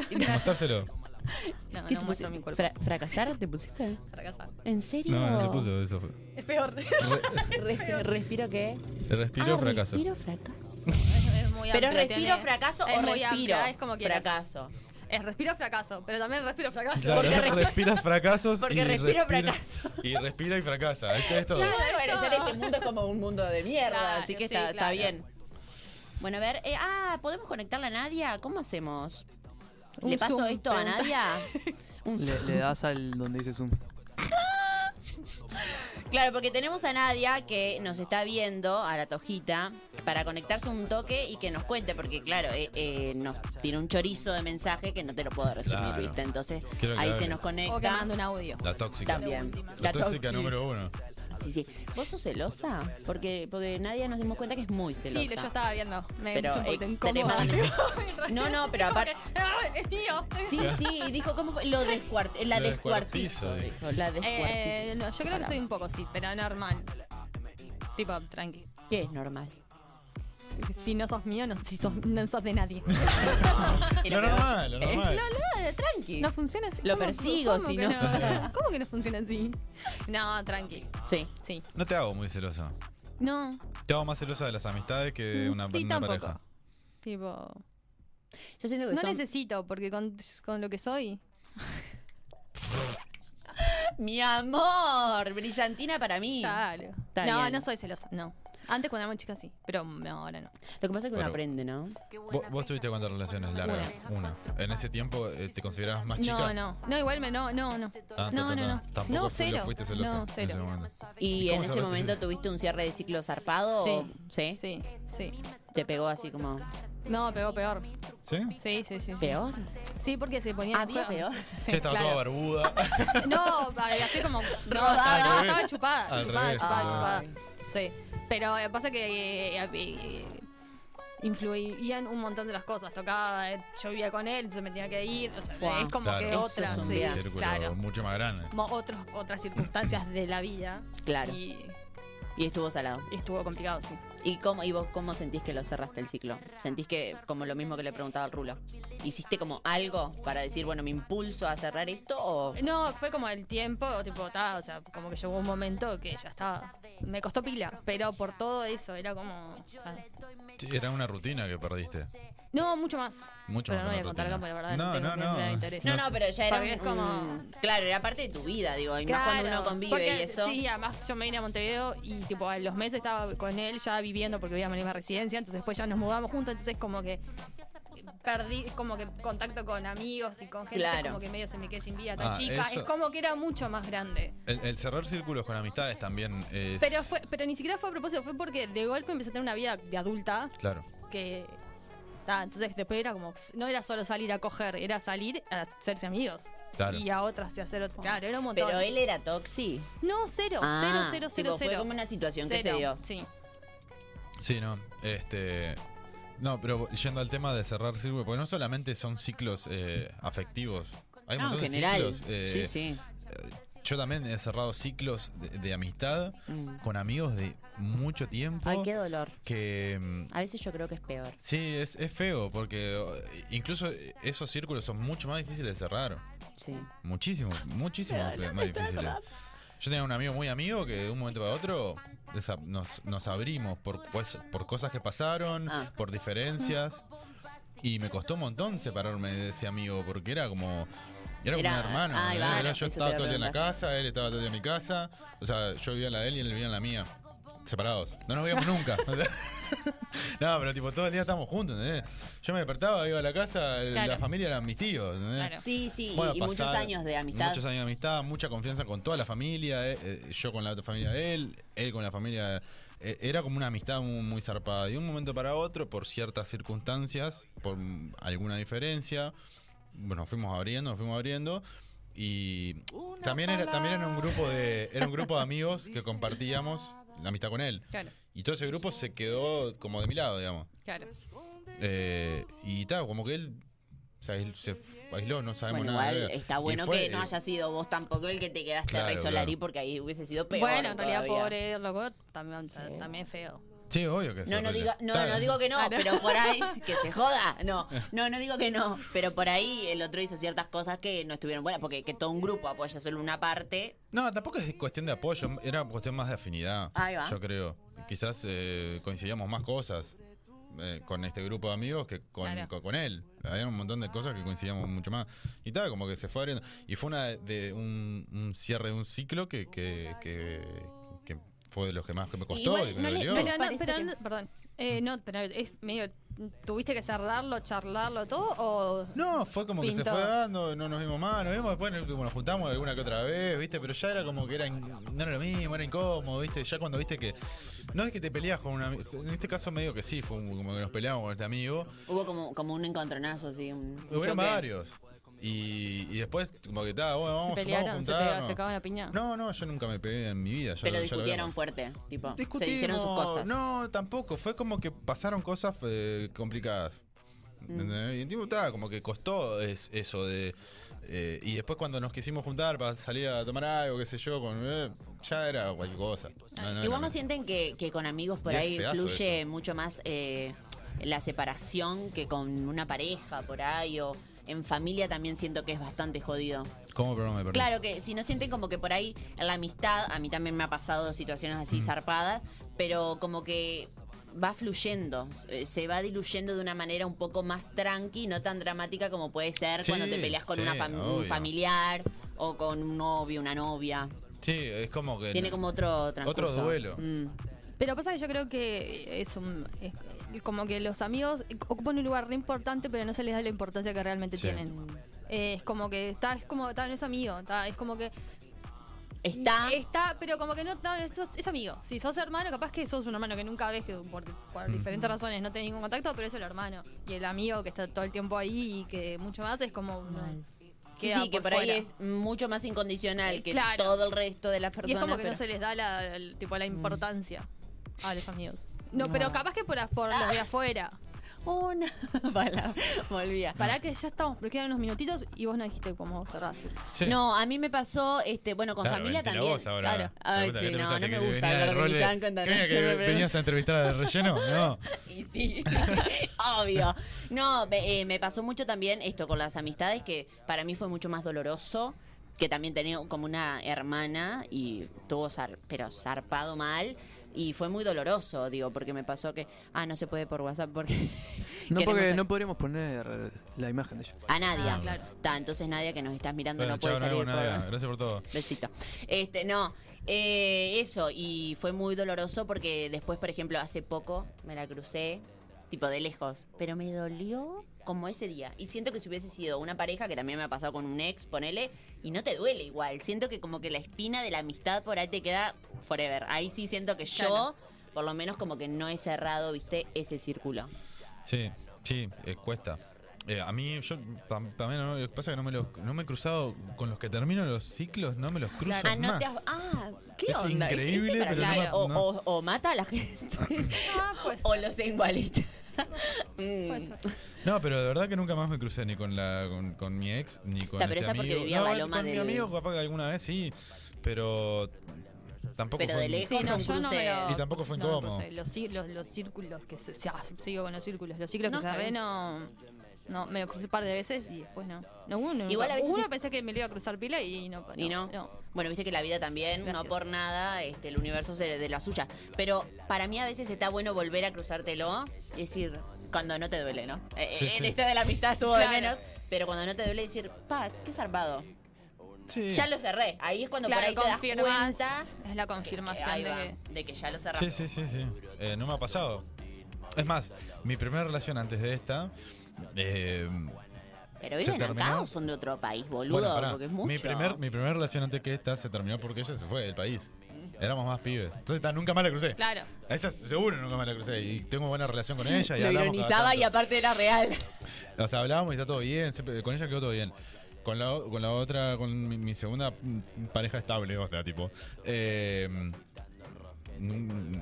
Speaker 2: Y tatuártelo.
Speaker 3: mostrárselo.
Speaker 2: No, no
Speaker 1: ¿Qué te
Speaker 2: muestro
Speaker 1: pusiste?
Speaker 2: mi cuerpo.
Speaker 1: Fra- ¿Fracasar te pusiste?
Speaker 2: Fracasar.
Speaker 1: ¿En serio?
Speaker 3: No, no se puso eso.
Speaker 2: Es peor.
Speaker 1: Respi- ¿Respiro qué?
Speaker 3: Le respiró
Speaker 1: Ah,
Speaker 3: fracaso.
Speaker 1: Respiro fracaso.
Speaker 2: Es- es muy
Speaker 1: Pero
Speaker 2: amplio,
Speaker 1: respiro
Speaker 2: tiene-
Speaker 1: fracaso
Speaker 2: es
Speaker 1: o
Speaker 2: muy
Speaker 1: respiro
Speaker 2: amplia, es como quieras.
Speaker 1: fracaso.
Speaker 2: Es respiro fracaso, pero también respiro fracaso.
Speaker 3: Claro,
Speaker 1: Porque re-
Speaker 3: respiras fracasos.
Speaker 1: porque
Speaker 3: y
Speaker 1: respiro
Speaker 3: respira-
Speaker 1: fracaso.
Speaker 3: Y respira y fracasa. Esto es todo.
Speaker 1: Claro, bueno, ya en este mundo es como un mundo de mierda,
Speaker 2: Claro,
Speaker 1: así que
Speaker 2: sí,
Speaker 1: está, está
Speaker 2: claro.
Speaker 1: bien. Bueno, a ver, eh, ah, ¿podemos conectarla a Nadia? ¿Cómo hacemos?
Speaker 2: Un
Speaker 1: ¿Le paso
Speaker 2: Zoom,
Speaker 1: esto a
Speaker 2: pregunta.
Speaker 1: Nadia? Un
Speaker 4: Le,
Speaker 1: Zoom.
Speaker 4: le das al donde dice Zoom.
Speaker 1: Claro, porque tenemos a Nadia que nos está viendo, a la tojita, para conectarse un toque y que nos cuente, porque claro, eh, eh, nos tiene un chorizo de mensaje que no te lo puedo resumir,
Speaker 3: Claro.
Speaker 1: ¿viste? Entonces
Speaker 3: Quiero que
Speaker 1: ahí
Speaker 3: hable.
Speaker 1: se nos
Speaker 2: O que
Speaker 1: conecta.
Speaker 2: mando un audio.
Speaker 3: La tóxica.
Speaker 1: También.
Speaker 3: La, tóxica
Speaker 1: tóxica.
Speaker 3: número uno.
Speaker 1: Sí, sí. ¿Vos sos celosa? Porque, porque Nadia nos dimos cuenta que es muy celosa.
Speaker 2: Sí, lo- yo estaba viendo. Me
Speaker 1: Pero
Speaker 2: puse un poquito
Speaker 1: extremadamente.
Speaker 2: incómoda.
Speaker 1: No, no, pero
Speaker 2: Como
Speaker 1: aparte-
Speaker 2: que, "Ah, Es mío.
Speaker 1: Sí, sí, y dijo, ¿cómo fue? Lo descuart la
Speaker 3: Lo
Speaker 1: descuartizo.
Speaker 3: descuartizo,
Speaker 1: dijo, la descuartizo.
Speaker 2: Eh, no, yo creo que soy un poco sí, pero normal. Tipo, tranqui.
Speaker 1: ¿Qué es normal?
Speaker 2: Si, si no sos mío, no, si sos, no sos de nadie.
Speaker 3: Lo normal,
Speaker 2: Eh,
Speaker 3: lo normal.
Speaker 1: no, tranqui.
Speaker 2: No funciona así.
Speaker 1: Lo
Speaker 2: ¿Cómo-
Speaker 1: persigo,
Speaker 2: cómo
Speaker 1: si
Speaker 2: que
Speaker 1: no?
Speaker 2: ¿Cómo que no funciona así? No, tranqui.
Speaker 1: Sí.
Speaker 2: Sí.
Speaker 3: No te hago muy celoso.
Speaker 2: No.
Speaker 3: Te hago más celosa de las amistades que de una,
Speaker 2: Mm, sí,
Speaker 3: una
Speaker 2: tampoco.
Speaker 3: pareja.
Speaker 2: Tipo.
Speaker 1: Yo siento que
Speaker 2: No
Speaker 1: son
Speaker 2: necesito, porque con, con lo que soy.
Speaker 1: Mi amor, brillantina para mí.
Speaker 2: Claro.
Speaker 1: Está
Speaker 2: no,
Speaker 1: bien.
Speaker 2: no soy celosa, no. Antes cuando éramos chicas sí, pero no, ahora no.
Speaker 1: Lo que pasa es que uno
Speaker 3: Pero-
Speaker 1: aprende, ¿no?
Speaker 3: ¿Vos, vos tuviste cuántas relaciones largas? Una. ¿En ese tiempo eh, te considerabas más chica?
Speaker 2: No, no. No, igual me no, no, no.
Speaker 3: Ah,
Speaker 2: No,
Speaker 3: ta, ta,
Speaker 2: no,
Speaker 3: ta.
Speaker 2: no.
Speaker 3: Tampoco
Speaker 2: No,
Speaker 3: fui- lo
Speaker 2: cero.
Speaker 3: fuiste celosa
Speaker 2: No,
Speaker 3: en
Speaker 2: cero.
Speaker 3: ese momento.
Speaker 1: Y
Speaker 3: ¿Cómo
Speaker 1: en
Speaker 3: se
Speaker 1: ese
Speaker 3: habla?
Speaker 1: momento tuviste un cierre de ciclo zarpado.
Speaker 2: Sí.
Speaker 1: ¿Sí?
Speaker 2: Sí, sí.
Speaker 1: Te pegó así como.
Speaker 2: No, pegó peor.
Speaker 3: ¿Sí?
Speaker 2: Sí, sí, sí. sí.
Speaker 1: ¿Peor?
Speaker 2: Sí, porque se ponía.
Speaker 1: ¿Había peor?
Speaker 2: Sí,
Speaker 3: Che, estaba
Speaker 2: claro.
Speaker 3: toda barbuda.
Speaker 2: No, así como. No,
Speaker 3: Al
Speaker 2: estaba, no,
Speaker 3: revés.
Speaker 2: estaba chupada,
Speaker 3: Al
Speaker 2: chupada,
Speaker 3: revés,
Speaker 2: chupada,
Speaker 3: al
Speaker 2: chupada.
Speaker 1: revés.
Speaker 2: Sí. Pero eh, pasa que eh, eh, eh, influían un montón de las cosas. Tocaba, eh, yo vivía con él, se me tenía que ir. o sea,
Speaker 1: Fua.
Speaker 2: es como
Speaker 3: Claro,
Speaker 2: que
Speaker 1: eso
Speaker 2: otra.
Speaker 1: es un
Speaker 2: sí,
Speaker 3: círculo
Speaker 2: claro.
Speaker 3: mucho más grande.
Speaker 2: Como otros, otras circunstancias de la vida.
Speaker 1: Claro.
Speaker 2: Y,
Speaker 1: Y estuvo salado.
Speaker 2: y estuvo complicado, sí.
Speaker 1: ¿Y, cómo, ¿Y vos cómo sentís que lo cerraste el ciclo? ¿Sentís que, como lo mismo que le preguntaba al Rulo, hiciste como algo para decir, bueno, me impulso a cerrar esto o.?
Speaker 2: No, fue como el tiempo, tipo, ta, o sea, como que llegó un momento que ya estaba. Me costó pila, pero por todo eso era como. ah.
Speaker 3: Sí, era una rutina que perdiste.
Speaker 2: No, mucho más.
Speaker 3: Mucho más
Speaker 2: pero no voy
Speaker 3: que
Speaker 2: a
Speaker 3: una
Speaker 2: contar acá
Speaker 3: rutina.
Speaker 2: porque la verdad
Speaker 3: No,
Speaker 2: tengo-
Speaker 3: no,
Speaker 2: me- me
Speaker 3: no.
Speaker 2: interesa.
Speaker 1: No, no, pero ya era.
Speaker 2: Porque
Speaker 1: un- mm,
Speaker 2: es como-
Speaker 1: un- claro, era parte de tu vida, digo. Y más cuando uno convive
Speaker 2: porque
Speaker 1: y eso.
Speaker 2: Sí, además yo me vine a Montevideo y tipo a los meses estaba con él ya viviendo porque vivíamos en la misma residencia, entonces después ya nos mudamos juntos, entonces como que perdí como que contacto con amigos y con gente
Speaker 1: Claro.
Speaker 2: como que medio se me quedé sin vida tan
Speaker 3: Ah,
Speaker 2: chica,
Speaker 3: eso-
Speaker 2: es como que era mucho más grande.
Speaker 3: El, el cerrar círculos con amistades también es.
Speaker 2: Pero fue pero ni siquiera fue a propósito, fue porque de golpe empecé a tener una vida de adulta
Speaker 3: Claro.
Speaker 2: que ta, entonces después era como no era solo salir a coger, era salir a hacerse amigos.
Speaker 3: Claro.
Speaker 2: Y a otras y hacer otro. Claro, era un montón.
Speaker 1: Pero él era toxi.
Speaker 2: No, cero,
Speaker 1: Ah,
Speaker 2: cero, cero,
Speaker 1: tipo,
Speaker 2: cero,
Speaker 1: Fue
Speaker 2: cero.
Speaker 1: como una situación que se
Speaker 2: Cero,
Speaker 1: dio.
Speaker 2: sí.
Speaker 3: Sí, no. Este. No, pero yendo al tema de cerrar círculos, porque no solamente son ciclos eh, afectivos. Hay un
Speaker 1: No, en
Speaker 3: montón de
Speaker 1: general.
Speaker 3: ciclos, eh,
Speaker 1: sí, sí.
Speaker 3: Yo también he cerrado ciclos de, de amistad
Speaker 1: Mm.
Speaker 3: con amigos de mucho tiempo.
Speaker 1: Ay, qué dolor.
Speaker 3: Que. mm,
Speaker 1: A veces yo creo que es peor.
Speaker 3: Sí, es, es feo, porque oh, incluso esos círculos son mucho más difíciles de cerrar.
Speaker 1: Sí.
Speaker 3: Muchísimo, muchísimo más difíciles. Yo tenía un amigo muy amigo que de un momento para otro desa- nos, nos abrimos por, pues- por cosas que pasaron,
Speaker 1: Ah.
Speaker 3: por diferencias. Y me costó un montón separarme de ese amigo porque era como. Era como
Speaker 1: Era-
Speaker 3: un hermano.
Speaker 1: ahí
Speaker 3: ¿no?
Speaker 1: va,
Speaker 3: Era-
Speaker 1: eso
Speaker 3: yo
Speaker 1: te
Speaker 3: estaba
Speaker 1: iba a
Speaker 3: todo el día en la
Speaker 1: preguntar.
Speaker 3: casa, él estaba todo el día en mi casa. O sea, yo vivía en la de él y él vivía en la mía. Separados. No nos veíamos nunca. no, pero tipo todo el día estábamos juntos. ¿entendés? Yo me despertaba, iba a la casa, la
Speaker 2: Claro.
Speaker 3: familia eran mis tíos. ¿entendés?
Speaker 2: Claro.
Speaker 1: Sí, sí. y-
Speaker 3: Bueno,
Speaker 1: y
Speaker 3: pasar
Speaker 1: muchos años de amistad.
Speaker 3: Muchos años de amistad, mucha confianza con toda la familia, eh, eh, yo con la otra familia de él, él con la familia... eh, era como una amistad muy, muy zarpada. De un momento para otro, por ciertas circunstancias, por mm, alguna diferencia, bueno, nos fuimos abriendo, nos fuimos abriendo. Y también era, también era un grupo de era un grupo de amigos que compartíamos la amistad con él.
Speaker 2: Claro,
Speaker 3: Y todo ese grupo se quedó como de mi lado, digamos.
Speaker 2: claro.
Speaker 3: Eh, y tal, como que él se, aisl- se f- aisló, no sabemos
Speaker 1: Bueno,
Speaker 3: nada.
Speaker 1: igual
Speaker 3: de ella.
Speaker 1: está
Speaker 3: Y
Speaker 1: bueno
Speaker 3: fue,
Speaker 1: que no
Speaker 3: eh,
Speaker 1: haya sido vos tampoco el que te quedaste
Speaker 3: Claro,
Speaker 1: re Solari
Speaker 3: claro.
Speaker 1: porque ahí hubiese sido peor.
Speaker 2: bueno, en realidad,
Speaker 1: todavía.
Speaker 2: pobre, loco, también, también feo.
Speaker 3: Sí, obvio que es
Speaker 1: No, no,
Speaker 3: horrible.
Speaker 1: digo, no,
Speaker 3: Claro.
Speaker 1: no digo que no,
Speaker 2: Ah, no.
Speaker 1: pero por ahí, que se joda. No, no, no digo que no, pero por ahí el otro hizo ciertas cosas que no estuvieron buenas, porque que todo un grupo apoya solo una parte.
Speaker 3: No, tampoco es cuestión de apoyo, era cuestión más de afinidad.
Speaker 1: Ahí va.
Speaker 3: Yo creo. Quizás eh, coincidíamos más cosas eh, con este grupo de amigos que con,
Speaker 2: Claro.
Speaker 3: co- con él. Había un montón de cosas que coincidíamos mucho más. Y tal, como que se fue abriendo. Y fue una de un, un cierre de un ciclo que, que, que, que fue de los que más que me costó
Speaker 1: Igual
Speaker 3: y que me
Speaker 1: no le-
Speaker 3: dolió.
Speaker 1: no
Speaker 2: Pero no,
Speaker 1: Parece
Speaker 2: pero
Speaker 1: que-
Speaker 2: no- perdón. Eh, no, pero es medio. ¿Tuviste que cerrarlo, charlarlo todo? O.
Speaker 3: No, fue como que se
Speaker 2: Pintó.
Speaker 3: fue dando, no nos vimos más, nos vimos después, bueno, nos juntamos alguna que otra vez, ¿viste? Pero ya era como que era, in- no era lo mismo, era incómodo, ¿viste? Ya cuando viste que. No es que te peleas con un amigo, en este caso medio que sí, fue un- como que nos peleamos con este amigo.
Speaker 1: Hubo como, como un encontronazo, así, un un
Speaker 3: Hubieron
Speaker 1: choque.
Speaker 3: varios. Y, y después, como que estaba, bueno,
Speaker 2: se
Speaker 3: vamos, vamos a
Speaker 2: pelearon, se
Speaker 3: juntarnos.
Speaker 2: pegaron, se cagaban la piña.
Speaker 3: No, no, yo nunca me pegué en mi vida. yo
Speaker 1: Pero
Speaker 3: lo- ya lo
Speaker 1: discutieron
Speaker 3: habíamos-
Speaker 1: fuerte, tipo, se
Speaker 3: Discutimos,
Speaker 1: dijeron sus cosas.
Speaker 3: No, tampoco. Fue como que pasaron cosas eh, complicadas.
Speaker 1: Mm.
Speaker 3: ¿entendés? Y tipo, ta, como que costó es- eso de. eh, y después, cuando nos quisimos juntar para salir a tomar algo, qué sé yo, con, eh, ya era cualquier cosa. No, no,
Speaker 1: Igual
Speaker 3: no,
Speaker 1: Ah, no,
Speaker 3: no.
Speaker 1: sienten que, que con amigos por
Speaker 3: Y es
Speaker 1: ahí
Speaker 3: feazo
Speaker 1: influye
Speaker 3: eso.
Speaker 1: mucho más eh, la separación que con una pareja por ahí o en familia también siento que es bastante jodido.
Speaker 3: ¿Cómo, pero no me perdí?
Speaker 1: Claro que si no sienten como que por ahí la amistad, a mí también me ha pasado situaciones
Speaker 3: Mm.
Speaker 1: así zarpadas, pero como que va fluyendo, eh, se va diluyendo de una manera un poco más tranqui, no tan dramática como puede ser
Speaker 3: Sí,
Speaker 1: cuando te peleas con
Speaker 3: sí,
Speaker 1: una fam- un
Speaker 3: obvio.
Speaker 1: familiar o con un novio, una novia.
Speaker 3: Sí, es como que.
Speaker 1: Tiene como otro transcurso.
Speaker 3: duelo.
Speaker 1: Mm.
Speaker 2: Pero pasa que yo creo que es un. es como que los amigos ocupan un lugar re importante, pero no se les da la importancia que realmente
Speaker 3: Sí.
Speaker 2: tienen. Eh, es como que está, es como, está, no es amigo, está, es como que
Speaker 1: Está.
Speaker 2: está, pero como que no, no, es, es amigo. Si sos hermano, capaz que sos un hermano que nunca ves, que por, por diferentes razones no tenés ningún contacto, pero es el hermano. Y el amigo que está todo el tiempo ahí y que mucho más es como. no,
Speaker 1: Sí,
Speaker 2: queda
Speaker 1: sí, que por ahí
Speaker 2: fuera. Eh,
Speaker 1: es mucho más incondicional que
Speaker 2: Claro.
Speaker 1: todo el resto de las personas.
Speaker 2: Y es como que
Speaker 1: pero-
Speaker 2: no se les da la, el- tipo, la importancia a los amigos. No,
Speaker 1: Mm. No. Ah.
Speaker 2: pero capaz que por, a- por los de afuera.
Speaker 1: Una palabra. Volvía.
Speaker 2: Para que ya estamos, pero quedan unos minutitos y vos no dijiste cómo cerrás.
Speaker 3: Sí.
Speaker 1: No, a mí me pasó, este, bueno, con
Speaker 3: Claro,
Speaker 1: familia
Speaker 3: ventila
Speaker 1: también.
Speaker 3: vos ahora.
Speaker 1: Claro.
Speaker 3: La
Speaker 1: Ay,
Speaker 3: puta
Speaker 1: sí,
Speaker 3: que te
Speaker 1: no,
Speaker 3: pensás
Speaker 1: no
Speaker 3: que
Speaker 1: me
Speaker 3: te
Speaker 1: gusta
Speaker 3: venía
Speaker 1: hablar de
Speaker 3: rol
Speaker 1: mi sanco,
Speaker 3: ¿Qué venía
Speaker 1: entonces
Speaker 3: que
Speaker 1: me pregunto.
Speaker 3: venías a entrevistar al relleno? No.
Speaker 1: Y sí, obvio. No, me, eh, me pasó mucho también esto con las amistades, que para mí fue mucho más doloroso, que también tenía como una hermana y tuvo, zar- pero zarpado mal. Y fue muy doloroso, digo, porque me pasó que, ah, no se puede por WhatsApp porque...
Speaker 4: No, porque
Speaker 1: queremos-
Speaker 4: no podríamos poner la imagen de ella.
Speaker 1: A Nadia.
Speaker 2: Ah, claro.
Speaker 1: Ta, entonces Nadia, que nos estás mirando,
Speaker 3: Bueno,
Speaker 1: no puede
Speaker 3: chao,
Speaker 1: salir
Speaker 3: Nago, Nadia,
Speaker 1: por...
Speaker 3: Gracias por todo.
Speaker 1: Besito. Este, no. eh, eso, y fue muy doloroso porque después, por ejemplo, hace poco me la crucé, tipo de lejos, pero me dolió como ese día. Y siento que si hubiese sido una pareja, que también me ha pasado con un ex, ponele, y no te duele igual. Siento que como que la espina de la amistad por ahí te queda forever. Ahí sí siento que yo,
Speaker 2: Claro.
Speaker 1: por lo menos, como que no he cerrado, viste, ese círculo.
Speaker 3: Sí, sí, eh, cuesta. Eh, a mí, yo tam- también, ¿no? Lo que pasa es que no me, lo- no me he cruzado con los que termino los ciclos, no me los cruzo
Speaker 1: Ah, no
Speaker 3: más.
Speaker 1: te has- ah, ¿qué
Speaker 3: Es
Speaker 1: onda?
Speaker 3: increíble,
Speaker 1: Este
Speaker 3: pero
Speaker 2: no
Speaker 1: para-
Speaker 2: me-
Speaker 1: o,
Speaker 3: no-
Speaker 1: o- o mata a la gente
Speaker 2: Ah, pues.
Speaker 1: o los engualicha. Mm.
Speaker 2: Puede ser.
Speaker 3: No, pero de verdad que nunca más me crucé ni con la con, con mi ex, ni con
Speaker 1: Ta, pero
Speaker 3: este
Speaker 1: esa porque
Speaker 3: amigo.
Speaker 1: vivía en
Speaker 3: no,
Speaker 1: la loma
Speaker 3: con mi
Speaker 1: del-
Speaker 3: amigo capaz que alguna vez sí, pero tampoco
Speaker 1: Pero
Speaker 3: fue...
Speaker 1: de lejos.
Speaker 2: Sí, no, yo no me lo-
Speaker 3: Y tampoco fue
Speaker 2: no me
Speaker 3: incómodo.
Speaker 2: crucé. Los, ci- los, los círculos que se. se- ah, sigo con los círculos. Los círculos
Speaker 1: No,
Speaker 2: que
Speaker 1: está
Speaker 2: se
Speaker 1: bien.
Speaker 2: no. No, me lo crucé un par de veces y después no. No, uno.
Speaker 1: Igual a veces
Speaker 2: uno
Speaker 1: sí-
Speaker 2: pensé que me lo iba a cruzar pila y no.
Speaker 1: Y no. Bueno, viste que la vida también,
Speaker 2: Gracias.
Speaker 1: no por nada, este, el universo se de la suya. Pero para mí a veces está bueno volver a cruzártelo y decir, cuando no te duele, ¿no? Eh,
Speaker 3: Sí,
Speaker 1: eh, en
Speaker 3: sí.
Speaker 1: este de la amistad estuvo
Speaker 2: Claro.
Speaker 1: de menos, pero cuando no te duele decir, pa, qué zarpado.
Speaker 3: Sí.
Speaker 1: Ya lo cerré. Ahí es cuando
Speaker 2: Claro,
Speaker 1: por ahí te das
Speaker 2: confirmas.
Speaker 1: cuenta
Speaker 2: Es la
Speaker 1: que,
Speaker 2: confirmación
Speaker 1: ahí
Speaker 2: de
Speaker 1: va,
Speaker 2: que.
Speaker 1: de que ya lo cerramos.
Speaker 3: Sí, sí, sí, sí. Eh, no me ha pasado. Es más, mi primera relación antes de esta... eh,
Speaker 1: Pero
Speaker 3: ¿Se
Speaker 1: viven acá
Speaker 3: terminó?
Speaker 1: o son de otro país, boludo,
Speaker 3: bueno, pará.
Speaker 1: porque es mucho.
Speaker 3: Mi primer, mi primer relación antes que esta se terminó porque ella se fue del país. Éramos más pibes. Entonces ta, nunca más la crucé.
Speaker 2: Claro.
Speaker 3: A esa seguro nunca me la crucé y tengo buena relación con ella. Y
Speaker 1: Lo
Speaker 3: hablamos cada
Speaker 1: ironizaba y
Speaker 3: tanto.
Speaker 1: aparte era real.
Speaker 3: O sea, hablábamos y está todo bien, siempre- con ella quedó todo bien. Con la, o- con la otra, con mi, mi segunda mm, pareja estable, o sea, tipo. eh, mm,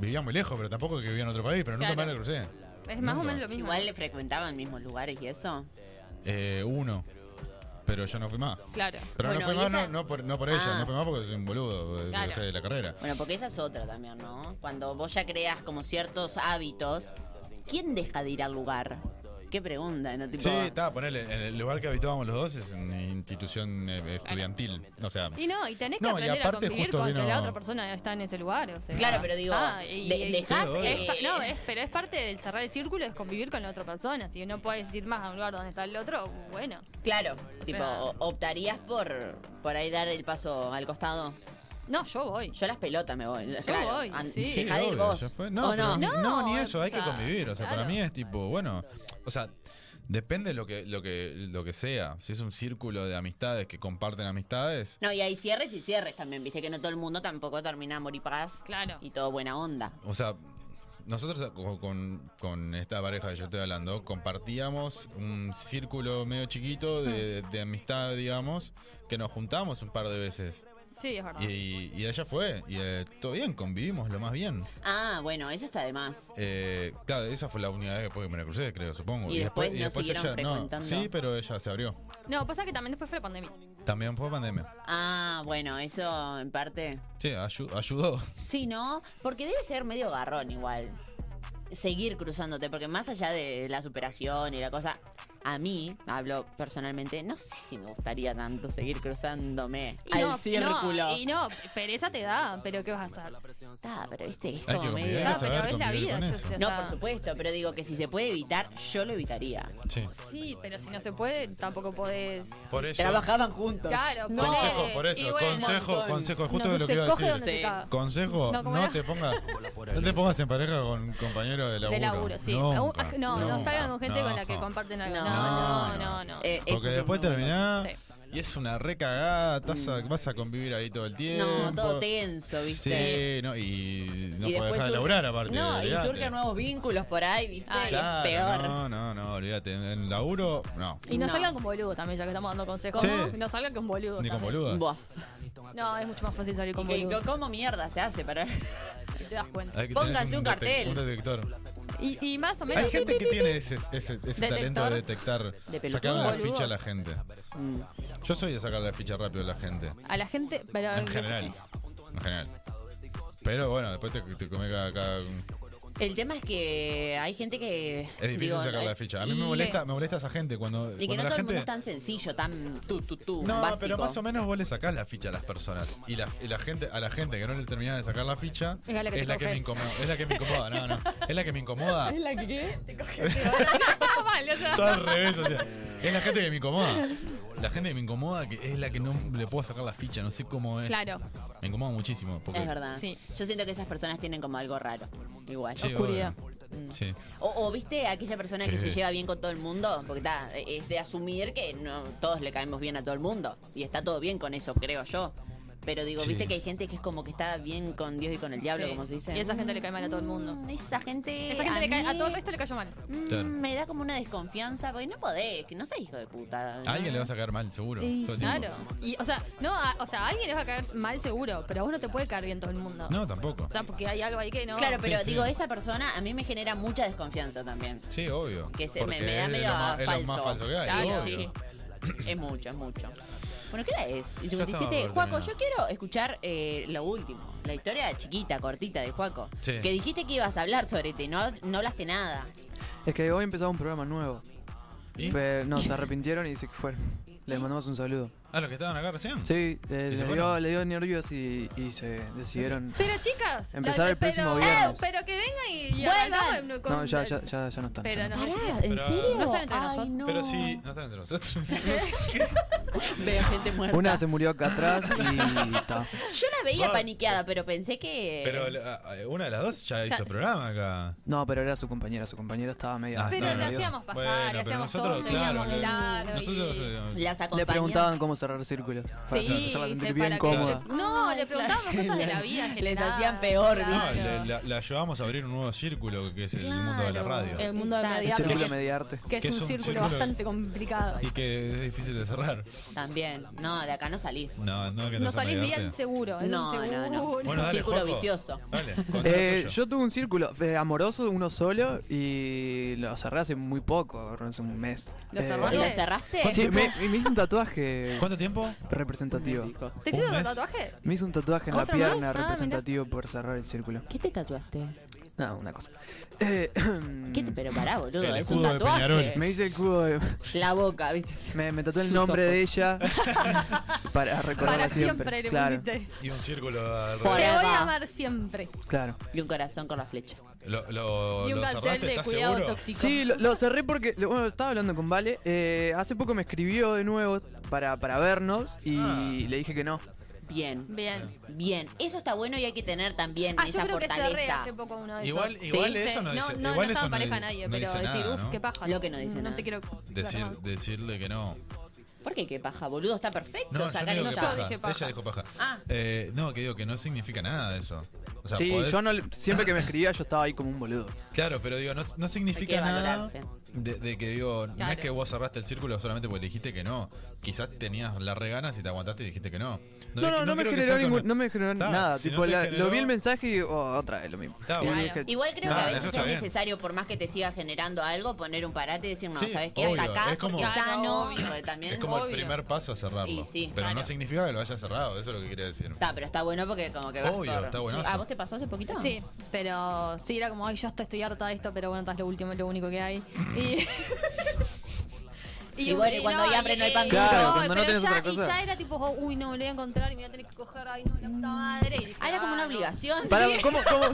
Speaker 3: vivía muy lejos, pero tampoco que vivía en otro país, pero nunca
Speaker 2: Claro.
Speaker 3: me la crucé.
Speaker 2: Es más o
Speaker 3: Nunca.
Speaker 2: menos lo mismo.
Speaker 1: Igual le frecuentaban mismos lugares y eso.
Speaker 3: Eh, uno. Pero yo no fui más.
Speaker 2: Claro.
Speaker 3: Pero
Speaker 1: Bueno,
Speaker 3: no fui
Speaker 1: y
Speaker 3: más,
Speaker 1: esa-
Speaker 3: no, no por, no por ella,
Speaker 1: Ah.
Speaker 3: no fui más porque soy un boludo eh,
Speaker 2: Claro.
Speaker 3: de la carrera.
Speaker 1: Bueno, porque esa es otra también, ¿no? Cuando vos ya creas como ciertos hábitos, ¿quién deja de ir al lugar? Qué pregunta, ¿no? Tipo,
Speaker 3: Sí, está, ponele, en el lugar que habitábamos los dos es una institución eh, estudiantil. O sea,
Speaker 2: Y no, y tenés que
Speaker 3: No, y
Speaker 2: aprender a
Speaker 3: aparte
Speaker 2: convivir
Speaker 3: justo
Speaker 2: con que
Speaker 3: vino-
Speaker 2: la otra persona está en ese lugar. O sea,
Speaker 1: Claro, pero digo,
Speaker 2: está, y-
Speaker 1: de-
Speaker 2: y-
Speaker 1: dejás,
Speaker 3: Sí, obvio.
Speaker 1: eh,
Speaker 2: es pa- no, es- pero es parte del cerrar el círculo, es convivir con la otra persona. Si no puedes ir más a un lugar donde está el otro, bueno.
Speaker 1: Claro, tipo,
Speaker 2: sea-
Speaker 1: o- optarías por por ahí dar el paso al costado.
Speaker 2: No, yo voy.
Speaker 1: Yo a las pelotas me voy. claro,
Speaker 2: voy,
Speaker 1: an-
Speaker 2: sí.
Speaker 3: Sí,
Speaker 1: dejá de ir
Speaker 3: obvio,
Speaker 1: vos.
Speaker 3: ya fue. No,
Speaker 1: ¿O
Speaker 3: pero
Speaker 1: no?
Speaker 3: ni- no?
Speaker 2: No,
Speaker 3: ni eso, hay
Speaker 2: o
Speaker 3: que
Speaker 2: sea,
Speaker 3: convivir. O sea, para
Speaker 2: claro.
Speaker 3: mí es tipo, bueno, o sea, depende lo que, lo que, lo que sea. Si es un círculo de amistades que comparten amistades.
Speaker 1: No, y hay cierres y cierres también, viste que no todo el mundo tampoco termina a morir paz
Speaker 2: Claro.
Speaker 1: y todo buena onda.
Speaker 3: O sea, nosotros con- con, con esta pareja que yo estoy hablando, compartíamos un círculo medio chiquito de, de amistad, digamos, que nos juntamos un par de veces.
Speaker 2: Sí, es verdad.
Speaker 3: Y, y ella fue, y eh, todo bien, convivimos lo más bien.
Speaker 1: Ah, bueno, eso está de más.
Speaker 3: Eh, claro, esa fue la única vez que me la crucé, creo, supongo.
Speaker 1: Y después no siguieron frecuentando.
Speaker 3: Sí, pero ella se abrió.
Speaker 2: No, pasa que también después fue la pandemia.
Speaker 3: También fue pandemia.
Speaker 1: Ah, bueno, eso en parte.
Speaker 3: Sí, ayu- ayudó.
Speaker 1: Sí, ¿no? Porque debe ser medio garrón igual. Seguir cruzándote, porque más allá de la superación y la cosa, a mí, hablo personalmente, no sé si me gustaría tanto seguir cruzándome
Speaker 2: Y
Speaker 1: al
Speaker 2: no,
Speaker 1: círculo.
Speaker 2: no, y no, pereza te da, pero ¿qué vas a hacer?
Speaker 1: Está, pero viste que es
Speaker 3: Hay que
Speaker 1: como medio-
Speaker 3: convivir,
Speaker 2: Ah,
Speaker 3: saber
Speaker 2: pero es la
Speaker 3: convivir
Speaker 2: vida,
Speaker 3: con
Speaker 2: yo
Speaker 3: eso.
Speaker 2: sé.
Speaker 1: No, por supuesto, pero digo que si se puede evitar, yo lo evitaría.
Speaker 3: Sí.
Speaker 2: Sí, pero si no se puede, tampoco podés.
Speaker 3: Por eso.
Speaker 1: Trabajaban juntos.
Speaker 2: Claro,
Speaker 3: Consejo,
Speaker 2: ponele.
Speaker 3: por
Speaker 2: Y
Speaker 3: eso.
Speaker 2: bueno,
Speaker 3: consejo, consejo. Justo
Speaker 2: no
Speaker 3: de lo
Speaker 2: se
Speaker 3: que iba a
Speaker 2: coge
Speaker 3: decir.
Speaker 2: donde se
Speaker 1: Sí.
Speaker 2: caga.
Speaker 3: Consejo, no,
Speaker 2: No, ¿cómo era?
Speaker 3: te pongas no te pongas en pareja con compañeros de laburo.
Speaker 2: De laburo, sí.
Speaker 3: Nunca,
Speaker 2: Ah, no, no,
Speaker 3: nunca,
Speaker 2: salgan con gente con la que
Speaker 3: nunca.
Speaker 2: comparten algo.
Speaker 1: No,
Speaker 2: No, no, no,
Speaker 3: no.
Speaker 2: no.
Speaker 1: Eh, eso
Speaker 3: Porque
Speaker 1: es
Speaker 3: después
Speaker 1: un-
Speaker 3: terminás
Speaker 2: Sí.
Speaker 3: y es una recagada, estás a- vas a convivir ahí todo el tiempo.
Speaker 1: No, todo tenso, ¿viste?
Speaker 3: Sí, no, y no
Speaker 1: Y
Speaker 3: podés
Speaker 1: después
Speaker 3: dejar de
Speaker 1: surge-
Speaker 3: laburar aparte.
Speaker 1: No, y
Speaker 3: olvidate.
Speaker 1: surgen nuevos vínculos por ahí, ¿viste?
Speaker 2: Ah,
Speaker 1: y
Speaker 3: Claro,
Speaker 1: es peor.
Speaker 3: No, no, no, olvídate. En en laburo, no.
Speaker 2: Y no,
Speaker 1: No.
Speaker 2: salgan con boludo también, ya que estamos dando consejos.
Speaker 3: Sí.
Speaker 2: No salgan con boludo.
Speaker 3: Ni con
Speaker 2: también.
Speaker 3: boluda.
Speaker 1: Buah.
Speaker 2: No, es mucho más fácil salir con
Speaker 1: Y que-
Speaker 2: boludo.
Speaker 1: ¿Cómo mierda se hace para.?
Speaker 2: y Te das cuenta.
Speaker 3: Hay que
Speaker 1: Pónganse
Speaker 3: tener
Speaker 1: un
Speaker 3: detec-
Speaker 1: cartel.
Speaker 3: Un detector.
Speaker 2: Y, y más o menos.
Speaker 3: Hay gente que tiene ese, ese, ese talento de detectar,
Speaker 1: pelotudo.
Speaker 3: sacarle la
Speaker 2: Boludos.
Speaker 3: ficha a la gente.
Speaker 1: Mm.
Speaker 3: Yo soy de sacarle la ficha rápido a la gente.
Speaker 2: A la gente. Pero,
Speaker 3: En general. En general. Pero bueno, después te, te come cada, cada- Es
Speaker 1: El tema es que hay gente que.
Speaker 3: difícil
Speaker 1: digo,
Speaker 3: sacarle
Speaker 1: no-
Speaker 3: la ficha. A mí
Speaker 1: y-
Speaker 3: me molesta, me molesta esa gente cuando.
Speaker 1: Y que
Speaker 3: cuando
Speaker 1: no todo
Speaker 3: la
Speaker 1: el
Speaker 3: gente...
Speaker 1: mundo es tan sencillo, tan tú, tú, tú,
Speaker 3: No,
Speaker 1: básico.
Speaker 3: pero más o menos vos le sacás la ficha a las personas. Y la, y la gente, a la gente que no le terminás de sacar la ficha,
Speaker 2: Es a la que te
Speaker 3: me
Speaker 2: coges.
Speaker 3: incomoda. Es la que me incomoda, no, no. Es la que me incomoda.
Speaker 2: ¿Es la que qué? Te coges. vale, o sea.
Speaker 3: Todo al revés, o sea. Es la gente que me incomoda. La gente que me incomoda que es la que no le puedo sacar la ficha, no sé cómo es.
Speaker 2: Claro.
Speaker 3: Me incomoda muchísimo. Porque,
Speaker 1: Es verdad.
Speaker 2: Sí.
Speaker 1: Yo siento que esas personas tienen como algo raro. Igual.
Speaker 3: Sí,
Speaker 2: Oscuridad.
Speaker 3: obvio. Sí.
Speaker 1: O, o, viste aquella persona que se
Speaker 3: Sí.
Speaker 1: lleva bien con todo el mundo, porque está, es de asumir que no todos le caemos bien a todo el mundo. Y está todo bien con eso, creo yo. Pero digo,
Speaker 3: Sí.
Speaker 1: viste que hay gente que es como que está bien con Dios y con el diablo, como se dice.
Speaker 2: Y a esa gente le cae mal a todo el mundo.
Speaker 1: Mm, Esa gente.
Speaker 2: Esa gente le cae, a
Speaker 1: mí,
Speaker 2: todo el resto le cayó mal.
Speaker 1: mm,
Speaker 3: Claro.
Speaker 1: Me da como una desconfianza, porque no podés, que no seas hijo de puta.
Speaker 3: A alguien le va a sacar mal, seguro.
Speaker 1: Sí,
Speaker 3: todo el tiempo.
Speaker 2: Claro. Y, o sea, no, a, o sea, a alguien le va a caer mal seguro, pero a vos no te puede caer bien todo el mundo.
Speaker 3: No, tampoco.
Speaker 2: O sea, porque hay algo ahí que no.
Speaker 1: Claro, pero
Speaker 3: Sí, sí.
Speaker 1: digo, esa persona a mí me genera mucha desconfianza también.
Speaker 3: Sí, obvio.
Speaker 1: Que se-
Speaker 3: Porque
Speaker 1: me, me da
Speaker 3: es
Speaker 1: medio
Speaker 3: lo más,
Speaker 1: falso.
Speaker 3: Es lo más falso que hay,
Speaker 1: Ay,
Speaker 3: obvio.
Speaker 1: sí. Es mucho, es mucho. Bueno, ¿qué hora es? Y
Speaker 3: Ya estamos
Speaker 1: 57.
Speaker 3: por
Speaker 1: Juaco,
Speaker 3: terminar.
Speaker 1: yo quiero escuchar eh, lo último. La historia chiquita, cortita de Juaco.
Speaker 3: Sí.
Speaker 1: Que dijiste que ibas a hablar sobre ti, no, no hablaste nada.
Speaker 4: Es que hoy empezaba un programa nuevo.
Speaker 3: ¿Y?
Speaker 4: Pero no, se arrepintieron y se fueron. Les mandamos un saludo.
Speaker 3: Ah, los que estaban acá recién.
Speaker 4: Sí,
Speaker 3: ¿Y
Speaker 4: eh,
Speaker 3: se
Speaker 4: le, dio,
Speaker 3: fueron?
Speaker 4: le dio nervios y, y se decidieron.
Speaker 2: Pero chicas,
Speaker 4: Empezar
Speaker 2: la-
Speaker 4: el próximo
Speaker 2: pero-
Speaker 4: viernes.
Speaker 2: Pero que venga y, y
Speaker 1: Vuelvan.
Speaker 2: arrancamos con-
Speaker 4: No, ya, ya, ya, ya no están.
Speaker 2: Pero
Speaker 4: ya no.
Speaker 2: no.
Speaker 1: Pará, ¿en
Speaker 3: Pero-
Speaker 1: serio?
Speaker 2: No están entre
Speaker 1: Ay,
Speaker 2: nosotros.
Speaker 1: no.
Speaker 3: Pero sí, no están entre nosotros.
Speaker 1: Veo gente muerta.
Speaker 4: Una se murió acá atrás y está.
Speaker 1: Yo la veía
Speaker 3: Va.
Speaker 1: paniqueada, pero pensé que.
Speaker 3: Pero la- eh, una de las dos ya,
Speaker 2: Eh. Ya-
Speaker 3: hizo programa acá.
Speaker 4: No, pero era su compañera, su compañera estaba media.
Speaker 3: Ah,
Speaker 2: Pero
Speaker 3: está
Speaker 2: le
Speaker 3: nervioso.
Speaker 2: hacíamos pasar,
Speaker 3: Bueno,
Speaker 2: le
Speaker 3: pero
Speaker 2: hacíamos
Speaker 3: nosotros,
Speaker 2: todo,
Speaker 3: claro,
Speaker 2: le hacíamos
Speaker 3: Nosotros
Speaker 2: y...
Speaker 3: eh,
Speaker 1: Las acompañó.
Speaker 4: Le preguntaban cómo cerrar círculos. Para
Speaker 2: Sí,
Speaker 4: empezarla a
Speaker 2: dice,
Speaker 4: sentir
Speaker 2: para que-
Speaker 4: bien cómoda.
Speaker 2: No, le preguntábamos
Speaker 1: Claro.
Speaker 2: cosas de la vida. en
Speaker 1: Les
Speaker 2: general.
Speaker 1: hacían peor, ¿viste?
Speaker 3: No,
Speaker 2: Claro.
Speaker 3: le- la, la ayudamos a abrir un nuevo círculo que es el mundo de la radio.
Speaker 2: El mundo de la
Speaker 4: El
Speaker 2: radio.
Speaker 1: Exacto.
Speaker 4: círculo mediarte.
Speaker 2: Que es
Speaker 3: que
Speaker 2: un
Speaker 3: es
Speaker 2: círculo,
Speaker 3: un círculo-
Speaker 2: bastante complicado.
Speaker 3: Y que es difícil de cerrar.
Speaker 1: También. No, de acá no salís.
Speaker 3: No, no, que
Speaker 2: No
Speaker 3: sea
Speaker 2: salís
Speaker 3: mediarte.
Speaker 2: bien seguro. es un
Speaker 1: No, no, no.
Speaker 2: seguro.
Speaker 3: Bueno, dale,
Speaker 1: Círculo
Speaker 3: Juaco.
Speaker 1: vicioso.
Speaker 3: Dale, contá lo
Speaker 4: Eh,
Speaker 3: tuyo.
Speaker 4: yo tuve un círculo eh, amoroso, uno solo, y lo cerré hace muy poco, hace un mes.
Speaker 2: ¿Lo
Speaker 4: Eh,
Speaker 2: cerraste?
Speaker 1: ¿Lo cerraste?
Speaker 4: Sí, me, me hice un tatuaje
Speaker 3: ¿Cuánto tiempo?
Speaker 4: representativo.
Speaker 2: ¿Te
Speaker 3: ¿Un
Speaker 2: hiciste un
Speaker 3: mes?
Speaker 2: tatuaje?
Speaker 4: Me hice un tatuaje en la
Speaker 2: ¿Otro más?
Speaker 4: pierna
Speaker 2: Ah, mirá.
Speaker 4: representativo por cerrar el círculo.
Speaker 1: ¿Qué te tatuaste?
Speaker 4: No, una cosa. Eh,
Speaker 1: ¿Qué te- Pero pará, boludo,
Speaker 3: El
Speaker 1: es un
Speaker 3: escudo de
Speaker 1: tatuaje.
Speaker 3: Peñarol.
Speaker 4: me hice el cubo de...
Speaker 1: La boca, ¿viste?
Speaker 4: Me, me tatué el
Speaker 1: Sus
Speaker 4: nombre
Speaker 1: ojos.
Speaker 4: de ella para recordarla
Speaker 2: Para
Speaker 4: siempre.
Speaker 2: siempre, le
Speaker 4: claro,
Speaker 2: pusiste.
Speaker 3: Y un círculo
Speaker 1: Por-
Speaker 3: alrededor.
Speaker 2: Te
Speaker 1: Forever.
Speaker 2: voy a amar siempre.
Speaker 4: claro.
Speaker 1: Y un corazón con la flecha.
Speaker 3: Lo, lo,
Speaker 2: Y un
Speaker 3: lo
Speaker 2: cartel
Speaker 3: cerraste,
Speaker 2: de
Speaker 3: ¿estás
Speaker 2: cuidado
Speaker 3: seguro?
Speaker 2: tóxico.
Speaker 4: Sí, lo, lo cerré porque lo- bueno, estaba hablando con Vale. eh, hace poco me escribió de nuevo para, para vernos y
Speaker 2: Ah.
Speaker 4: le dije que no.
Speaker 1: Bien,
Speaker 2: Bien.
Speaker 1: bien. Eso está bueno y hay que tener también
Speaker 2: Ah, yo
Speaker 1: esa
Speaker 2: creo que cerré
Speaker 1: fortaleza.
Speaker 2: hace poco una vez.
Speaker 3: Igual, igual
Speaker 1: Sí,
Speaker 3: eso no
Speaker 2: no,
Speaker 3: dice.
Speaker 2: no,
Speaker 3: igual
Speaker 2: no
Speaker 3: eso
Speaker 2: estaba en pareja
Speaker 3: di-
Speaker 2: nadie,
Speaker 3: no
Speaker 2: pero
Speaker 3: dice
Speaker 2: decir,
Speaker 3: nada,
Speaker 2: uff,
Speaker 3: ¿no?
Speaker 2: qué paja.
Speaker 1: Lo que no dice nada.
Speaker 2: te quiero.
Speaker 3: Decir,
Speaker 2: Claro.
Speaker 3: decirle que no.
Speaker 1: ¿Por qué qué paja, boludo? Está perfecto
Speaker 3: No, yo no
Speaker 1: sacar
Speaker 3: digo que
Speaker 1: esa.
Speaker 2: Yo
Speaker 3: paja.
Speaker 2: dije paja.
Speaker 3: Ella dijo paja.
Speaker 1: Ah.
Speaker 3: Eh, no, que digo que no significa nada eso. O sea,
Speaker 4: sí,
Speaker 3: podés-
Speaker 4: yo no, le- siempre que me escribía yo estaba ahí como un boludo.
Speaker 3: Claro, pero digo, no, no significa
Speaker 1: Hay que
Speaker 3: nada
Speaker 1: valorarse.
Speaker 3: de, de que digo, no es
Speaker 2: Claro.
Speaker 3: que vos cerraste el círculo solamente porque le dijiste que no. Quizás tenías las reganas y te aguantaste y dijiste que no.
Speaker 4: No, no, no, me,
Speaker 3: creo que
Speaker 4: generó
Speaker 3: sea con-
Speaker 4: ningún, no me generó
Speaker 3: Ta,
Speaker 4: nada.
Speaker 3: si no
Speaker 4: tipo,
Speaker 3: te
Speaker 4: la-
Speaker 3: generó-
Speaker 4: lo vi el mensaje y digo, oh, otra vez lo mismo.
Speaker 3: Ta,
Speaker 4: Y le
Speaker 3: bueno.
Speaker 4: dije,
Speaker 1: Igual creo
Speaker 3: Nah,
Speaker 1: que a
Speaker 3: eso
Speaker 1: veces
Speaker 3: está
Speaker 1: es
Speaker 3: bien.
Speaker 1: necesario, por más que te siga generando algo, poner un parate y decir, no,
Speaker 3: Sí,
Speaker 1: ¿sabes qué? Hasta
Speaker 3: obvio,
Speaker 1: acá,
Speaker 3: es como-
Speaker 1: porque es
Speaker 2: Claro,
Speaker 1: sano,
Speaker 2: Ah, obvio.
Speaker 1: porque también...
Speaker 3: Es como el
Speaker 2: Obvio.
Speaker 3: primer paso a cerrarlo.
Speaker 1: Y sí,
Speaker 3: pero no
Speaker 2: claro.
Speaker 3: significa que lo hayas cerrado, eso es lo que quería decir.
Speaker 1: Está, pero está bueno porque como que vas
Speaker 3: Obvio,
Speaker 1: por-
Speaker 3: está buenazo.
Speaker 1: ¿A Ah, vos te pasó hace poquito?
Speaker 2: Sí, pero sí, era como, ay, ya hasta estoy harta de esto, pero bueno, estás lo último, lo único que hay. Y,
Speaker 1: Y bueno, y cuando hay hambre no hay pan
Speaker 4: Claro, duro. cuando no
Speaker 2: eh, pero
Speaker 4: tenés
Speaker 2: ya,
Speaker 4: otra
Speaker 2: y
Speaker 4: cosa.
Speaker 2: ya era tipo, oh, uy, no, me lo voy a encontrar y me voy a tener que coger, ay, no, la puta madre. Y dije,
Speaker 1: Ah, era como una
Speaker 2: ah, no.
Speaker 1: obligación.
Speaker 4: Pará, ¿cómo, cómo?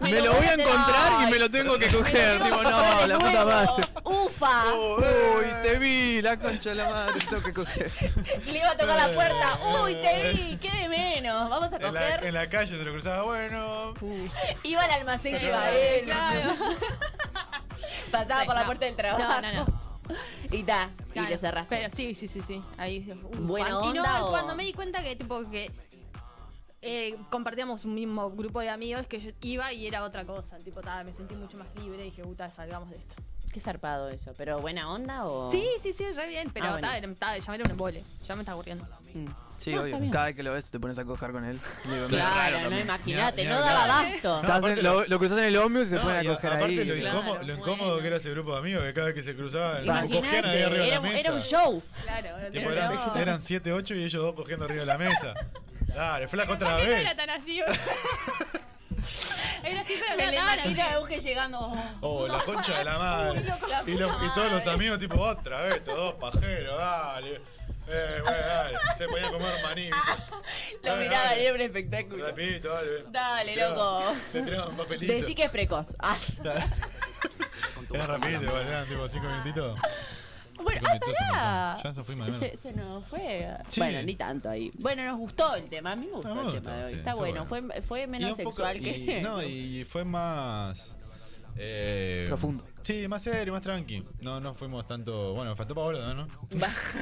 Speaker 1: Me
Speaker 4: me,
Speaker 1: lo
Speaker 4: lo
Speaker 1: voy
Speaker 4: voy
Speaker 1: a
Speaker 4: a
Speaker 1: hacer
Speaker 4: encontrar
Speaker 1: hoy.
Speaker 4: y me lo tengo que
Speaker 1: Me lo
Speaker 4: coger.
Speaker 1: tengo
Speaker 4: Digo,
Speaker 1: que coger
Speaker 4: no,
Speaker 1: de
Speaker 4: la puta
Speaker 1: nuevo.
Speaker 4: madre.
Speaker 1: ¡Ufa!
Speaker 3: Oh,
Speaker 4: Uy, te vi, la concha de la madre, te tengo que coger.
Speaker 1: Le iba a tocar la puerta. ¡Uy, te vi! ¡Qué de menos! Vamos a
Speaker 3: eh, En la,
Speaker 1: coger.
Speaker 3: en la calle te lo cruzaba, bueno.
Speaker 1: Iba al almacén que iba él. Pasaba por la puerta del trabajo.
Speaker 2: No, no, no.
Speaker 1: Y está.
Speaker 2: Claro,
Speaker 1: Y le cerraste.
Speaker 2: Pero sí, sí, sí, sí. Ahí uh,
Speaker 1: ¿Buena
Speaker 2: pan- Y
Speaker 1: onda
Speaker 2: no,
Speaker 1: o-
Speaker 2: cuando me di cuenta que tipo que eh, compartíamos un mismo grupo de amigos que yo iba y era otra cosa. Tipo, ta, me sentí mucho más libre y dije, puta, salgamos de esto.
Speaker 1: Qué zarpado eso. ¿Pero buena onda o...?
Speaker 2: Sí, sí, sí, re bien, pero
Speaker 1: Ah, bueno.
Speaker 2: ta, era- ta, ya me era un embole. Ya me está aburriendo.
Speaker 1: Mm.
Speaker 4: Sí,
Speaker 1: Ah, está
Speaker 4: obvio.
Speaker 1: bien.
Speaker 4: Cada vez que lo ves te pones a coger con él. Digo, raro
Speaker 1: Claro, no
Speaker 4: también.
Speaker 1: imagínate.
Speaker 3: Ni a-
Speaker 1: No
Speaker 3: ni
Speaker 1: daba
Speaker 3: hablar.
Speaker 1: abasto.
Speaker 4: Estás en-
Speaker 3: aparte
Speaker 4: lo, lo cruzas en el ómnibus y se
Speaker 3: No,
Speaker 4: ponen
Speaker 3: y
Speaker 4: a coger
Speaker 3: aparte
Speaker 4: ahí.
Speaker 3: lo,
Speaker 4: claro.
Speaker 3: incómodo, lo incómodo
Speaker 2: bueno.
Speaker 3: que era ese grupo de amigos que cada vez que se cruzaban, cogían ahí
Speaker 1: Imagínate.
Speaker 3: arriba de la
Speaker 1: Era, un-
Speaker 3: mesa.
Speaker 1: era un show.
Speaker 2: Claro,
Speaker 3: Tipo, eran,
Speaker 1: No.
Speaker 3: eran siete, ocho y ellos dos cogiendo arriba de la mesa. Dale, flaco otra
Speaker 2: no era
Speaker 3: vez.
Speaker 2: tan así. boludo. era así, pero no
Speaker 1: Me
Speaker 2: era
Speaker 1: la
Speaker 2: tan así.
Speaker 1: imagino a Euge llegando. oh.
Speaker 3: Oh, la concha de la madre. y, los- y todos los amigos, tipo, otra vez, estos dos pajeros, dale. Eh, bueno, dale. Se podía comer maní.
Speaker 1: Lo
Speaker 3: Dale,
Speaker 1: miraba,
Speaker 3: dale.
Speaker 1: era un espectáculo.
Speaker 3: Rapidito, dale.
Speaker 1: Dale,
Speaker 3: Tiraba-
Speaker 1: loco.
Speaker 3: Le tiraban un papelito.
Speaker 1: Decí que es precoz. Ah.
Speaker 3: Era rapidito, igual, eran tipo cinco
Speaker 1: Ah.
Speaker 3: minutitos.
Speaker 1: Bueno,
Speaker 3: Cinco
Speaker 1: ah,
Speaker 3: minutitos, un
Speaker 1: pará.
Speaker 3: montón. Ya se fue, Manuel.
Speaker 1: Se, se nos fue.
Speaker 3: Sí.
Speaker 1: Bueno, ni tanto ahí. Bueno, nos gustó el tema. A mí me gustó
Speaker 3: Ah, me
Speaker 1: el
Speaker 3: gustó,
Speaker 1: tema de hoy.
Speaker 3: sí,
Speaker 1: está
Speaker 3: está
Speaker 1: bueno.
Speaker 3: bueno.
Speaker 1: Fue, fue
Speaker 3: Y
Speaker 1: menos
Speaker 3: un poco-
Speaker 1: sexual
Speaker 3: y-
Speaker 1: que.
Speaker 3: No, y fue más. eh,
Speaker 4: Profundo.
Speaker 3: Sí, más serio, más tranqui. No, no fuimos tanto. Bueno, faltó Paola, ¿no?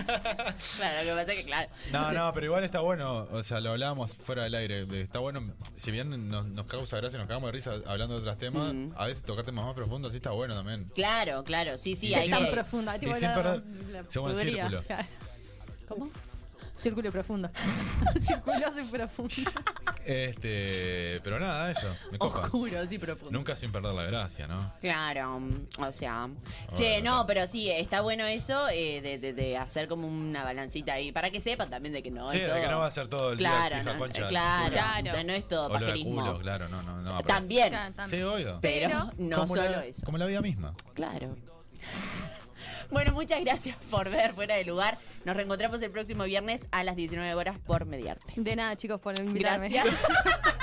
Speaker 1: claro, lo que pasa es que, claro.
Speaker 3: No, no, pero igual está bueno. O sea, lo hablábamos fuera del aire. de- Está bueno, si bien nos, nos causa gracia, nos cagamos de risa hablando de otros temas,
Speaker 1: Ujú.
Speaker 3: a veces tocar temas más profundos, sí está bueno también.
Speaker 1: Claro, claro. Sí, sí,
Speaker 3: Y
Speaker 1: hay
Speaker 3: siempre-
Speaker 2: tan
Speaker 1: que-
Speaker 2: profunda. Tipo,
Speaker 3: y
Speaker 2: la-
Speaker 3: siempre
Speaker 2: la
Speaker 3: según el
Speaker 2: pudría.
Speaker 3: círculo.
Speaker 2: Claro. ¿Cómo? Círculo profundo. Círculo hace profundo.
Speaker 3: Este, pero nada, eso, me
Speaker 1: Oh,
Speaker 3: copa.
Speaker 1: oscuro, sí, profundo.
Speaker 3: Nunca sin perder la gracia, ¿no?
Speaker 1: Claro, mm, o sea. che,
Speaker 3: Ah, bueno,
Speaker 1: no,
Speaker 3: está.
Speaker 1: pero sí, está bueno eso eh, de, de- de hacer como una balancita ahí. Para que sepan también de que no
Speaker 3: Sí,
Speaker 1: es
Speaker 3: de
Speaker 1: todo.
Speaker 3: que no va a ser todo el
Speaker 1: Claro,
Speaker 3: día pija,
Speaker 1: no,
Speaker 3: concha,
Speaker 1: eh, claro,
Speaker 2: culo.
Speaker 1: no, no es todo
Speaker 3: olor a
Speaker 1: pajerismo.
Speaker 3: culo, claro, no, no, no. pero-
Speaker 1: También,
Speaker 3: Sí, obvio.
Speaker 1: pero,
Speaker 2: Pero-
Speaker 1: no
Speaker 3: Como la-
Speaker 1: solo eso.
Speaker 3: Como la vida misma.
Speaker 1: Claro. Bueno, muchas gracias por ver Fuera de Lugar. Nos reencontramos el próximo viernes a las 19 horas por Mediarte.
Speaker 2: De nada, chicos, por invitarme.
Speaker 1: Gracias.